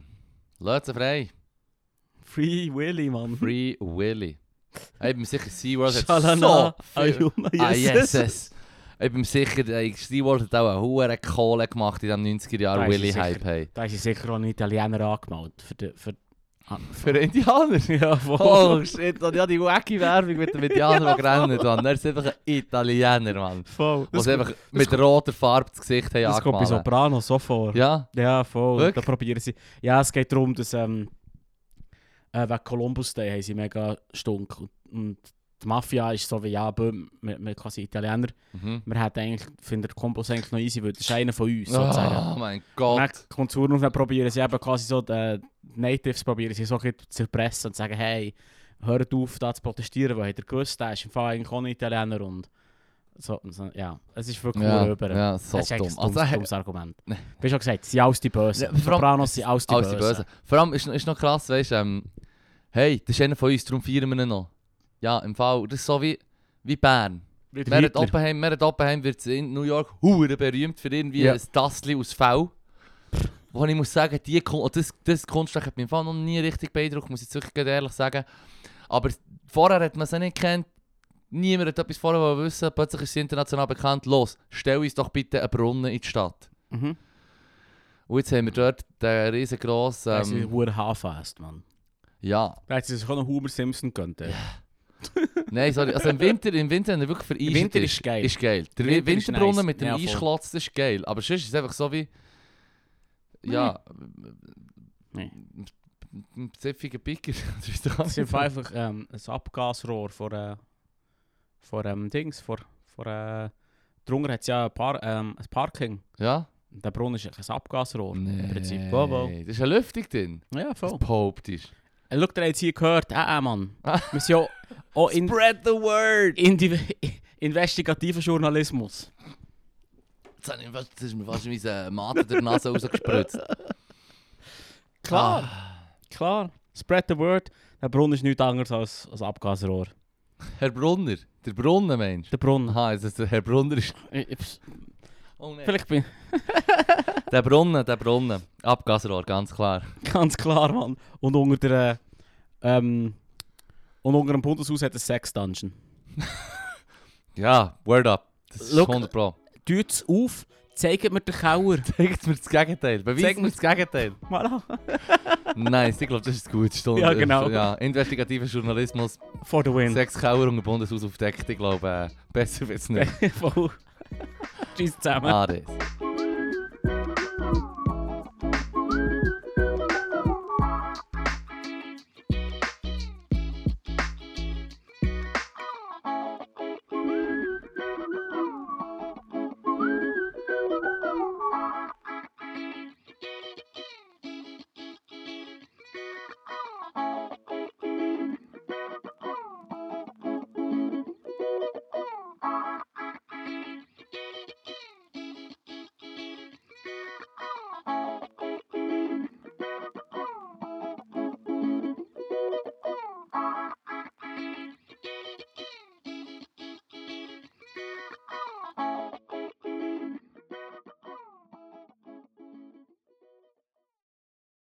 Lass sie frei. Free Willy, Mann. Free Willy. Ich bin sicher, SeaWorld hat Schalala, so viel... Ayuna, Ah, Jesus. yes. Ich bin sicher, ey, SeaWorld hat auch eine hohe Kohle gemacht in diesem 90er-Jahr Da ist sie Willy-Hype. Hey. Da ist sie sicher auch ein Italiener angemalt. Für die, für, ah, Für Indianer? [laughs] ja, voll. Oh [laughs] shit, und ja, die wacky Werbung mit dem [laughs] Indianer, die gerannt Mann. Er ist einfach ein Italiener, Mann. voll. Was Das, einfach mit roter Farbe das Gesicht haben das kommt bei angemalt. Soprano so vor. Ja? Ja, voll. Wirklich? Da probieren sie. Ja, es geht darum, dass ähm, äh, wegen Columbus Day haben sie mega stunk. Und, und die Mafia ist so wie, ja, böhm, wir, wir quasi Italiener. Mhm. Wir hätten eigentlich, finden den Kombos eigentlich noch easy, weil das ist einer von uns, sozusagen. Oh mein Und Gott. dann kommt es und dann probieren sie eben quasi so, die die Natives probieren sie so ein bisschen zu erpressen und sagen, hey, hört auf, da zu protestieren, weil habt ihr gewusst, der ist im Fall eigentlich auch ein Italiener und so, und so ja, es ist wirklich Ja, rüber. ja, so das ist eigentlich dumm. ein dummes, Also, dummes Argument. Du hast schon gesagt, sie sind alles die Bösen. Ja, vor allem- Sopranos sind alles die Alles die Bösen. Böse. Vor allem ist, ist noch krass, weißt du, ähm, hey, das ist einer von uns, darum feiern wir ihn noch. Ja, im Fall, das ist so wie, wie Bern. Wie der Merit Hitler. Oppenheim, Merit Oppenheim wird in New York hure berühmt für irgendwie Ja. ein Tassli aus V. Wo ich muss sagen, die Kun- oh, das, das Kunstwerk hat mich im Fall noch nie richtig beeindruckt, muss ich jetzt wirklich gerade ehrlich sagen. Aber vorher hat man sie nicht gekannt. Niemand hat etwas vorher wollen wissen. Plötzlich ist sie international bekannt. Los, stell uns doch bitte einen Brunnen in die Stadt. Mhm. Und jetzt haben wir dort den riesengroßen. Das ist Ähm, ein Haarfest, Mann. ja. Da hätte sie sich auch noch dus Homer Simpson gönnt. ey. [laughs] Nein, sorry. Also im Winter, im Winter haben wir wirklich vereist. Im Winter ist geil. Ist geil. Der Winter ist Winterbrunnen nice. mit dem Ja, voll. Eisklotz, das ist geil. Aber sonst ist es einfach so wie. Ja. Nee. Ein pfiffiger Picker. [laughs] Das ist doch Das ist einfach einfach ähm, ein Abgasrohr vor, äh, vor ähm, Dings, vor, vor äh, drunter hat es ja ein, Par ähm, ein Parking. Ja? Und Der Brunnen ist eigentlich ein Abgasrohr im Prinzip. Nee. Wow, wow. Das ist eine Lüftung drin. Ja, Das voll. behauptet ist. Äh, Schau, ihr habt es hier gehört. Ah, ah Mann. [laughs] Ah. Wir sind ja auch oh, in, Spread the word! Indiv- [laughs] investigativer Journalismus. Jetzt habe ich fast, das ist mir fast wie ein Mate der Nase rausgespritzt. [laughs] Klar, klar. Spread the word. Der Brunnen ist nichts anderes als als Abgasrohr. Ah, Herr Brunner. Der Brunnen, Mensch. Der Brunnen. Aha, jetzt ist der eh, Herr Brunner ist... Ich- ich- Oh nein. Vielleicht bin Der Brunnen, der Brunnen. Abgasrohr, ganz klar. Ganz klar, Mann. Und unter der, äh, ähm, und unter dem Bundeshaus hat ein Sex-Dungeon. Ja, word up. Das ist Look- 100 Pro. Tut es auf, zeigt mir den Kauer. Zeigt mir das Gegenteil. Beweist Zeigt mir das Gegenteil. Voilà. nice, ich glaube, das ist gut. Stunde. Ja, genau. Ja, investigativer Journalismus. For the win. Sechs Kauer und [laughs] Bundeshaus aufdeckt. Ich glaube, äh, besser wird's nicht. Voll. Tschüss zusammen. Ades.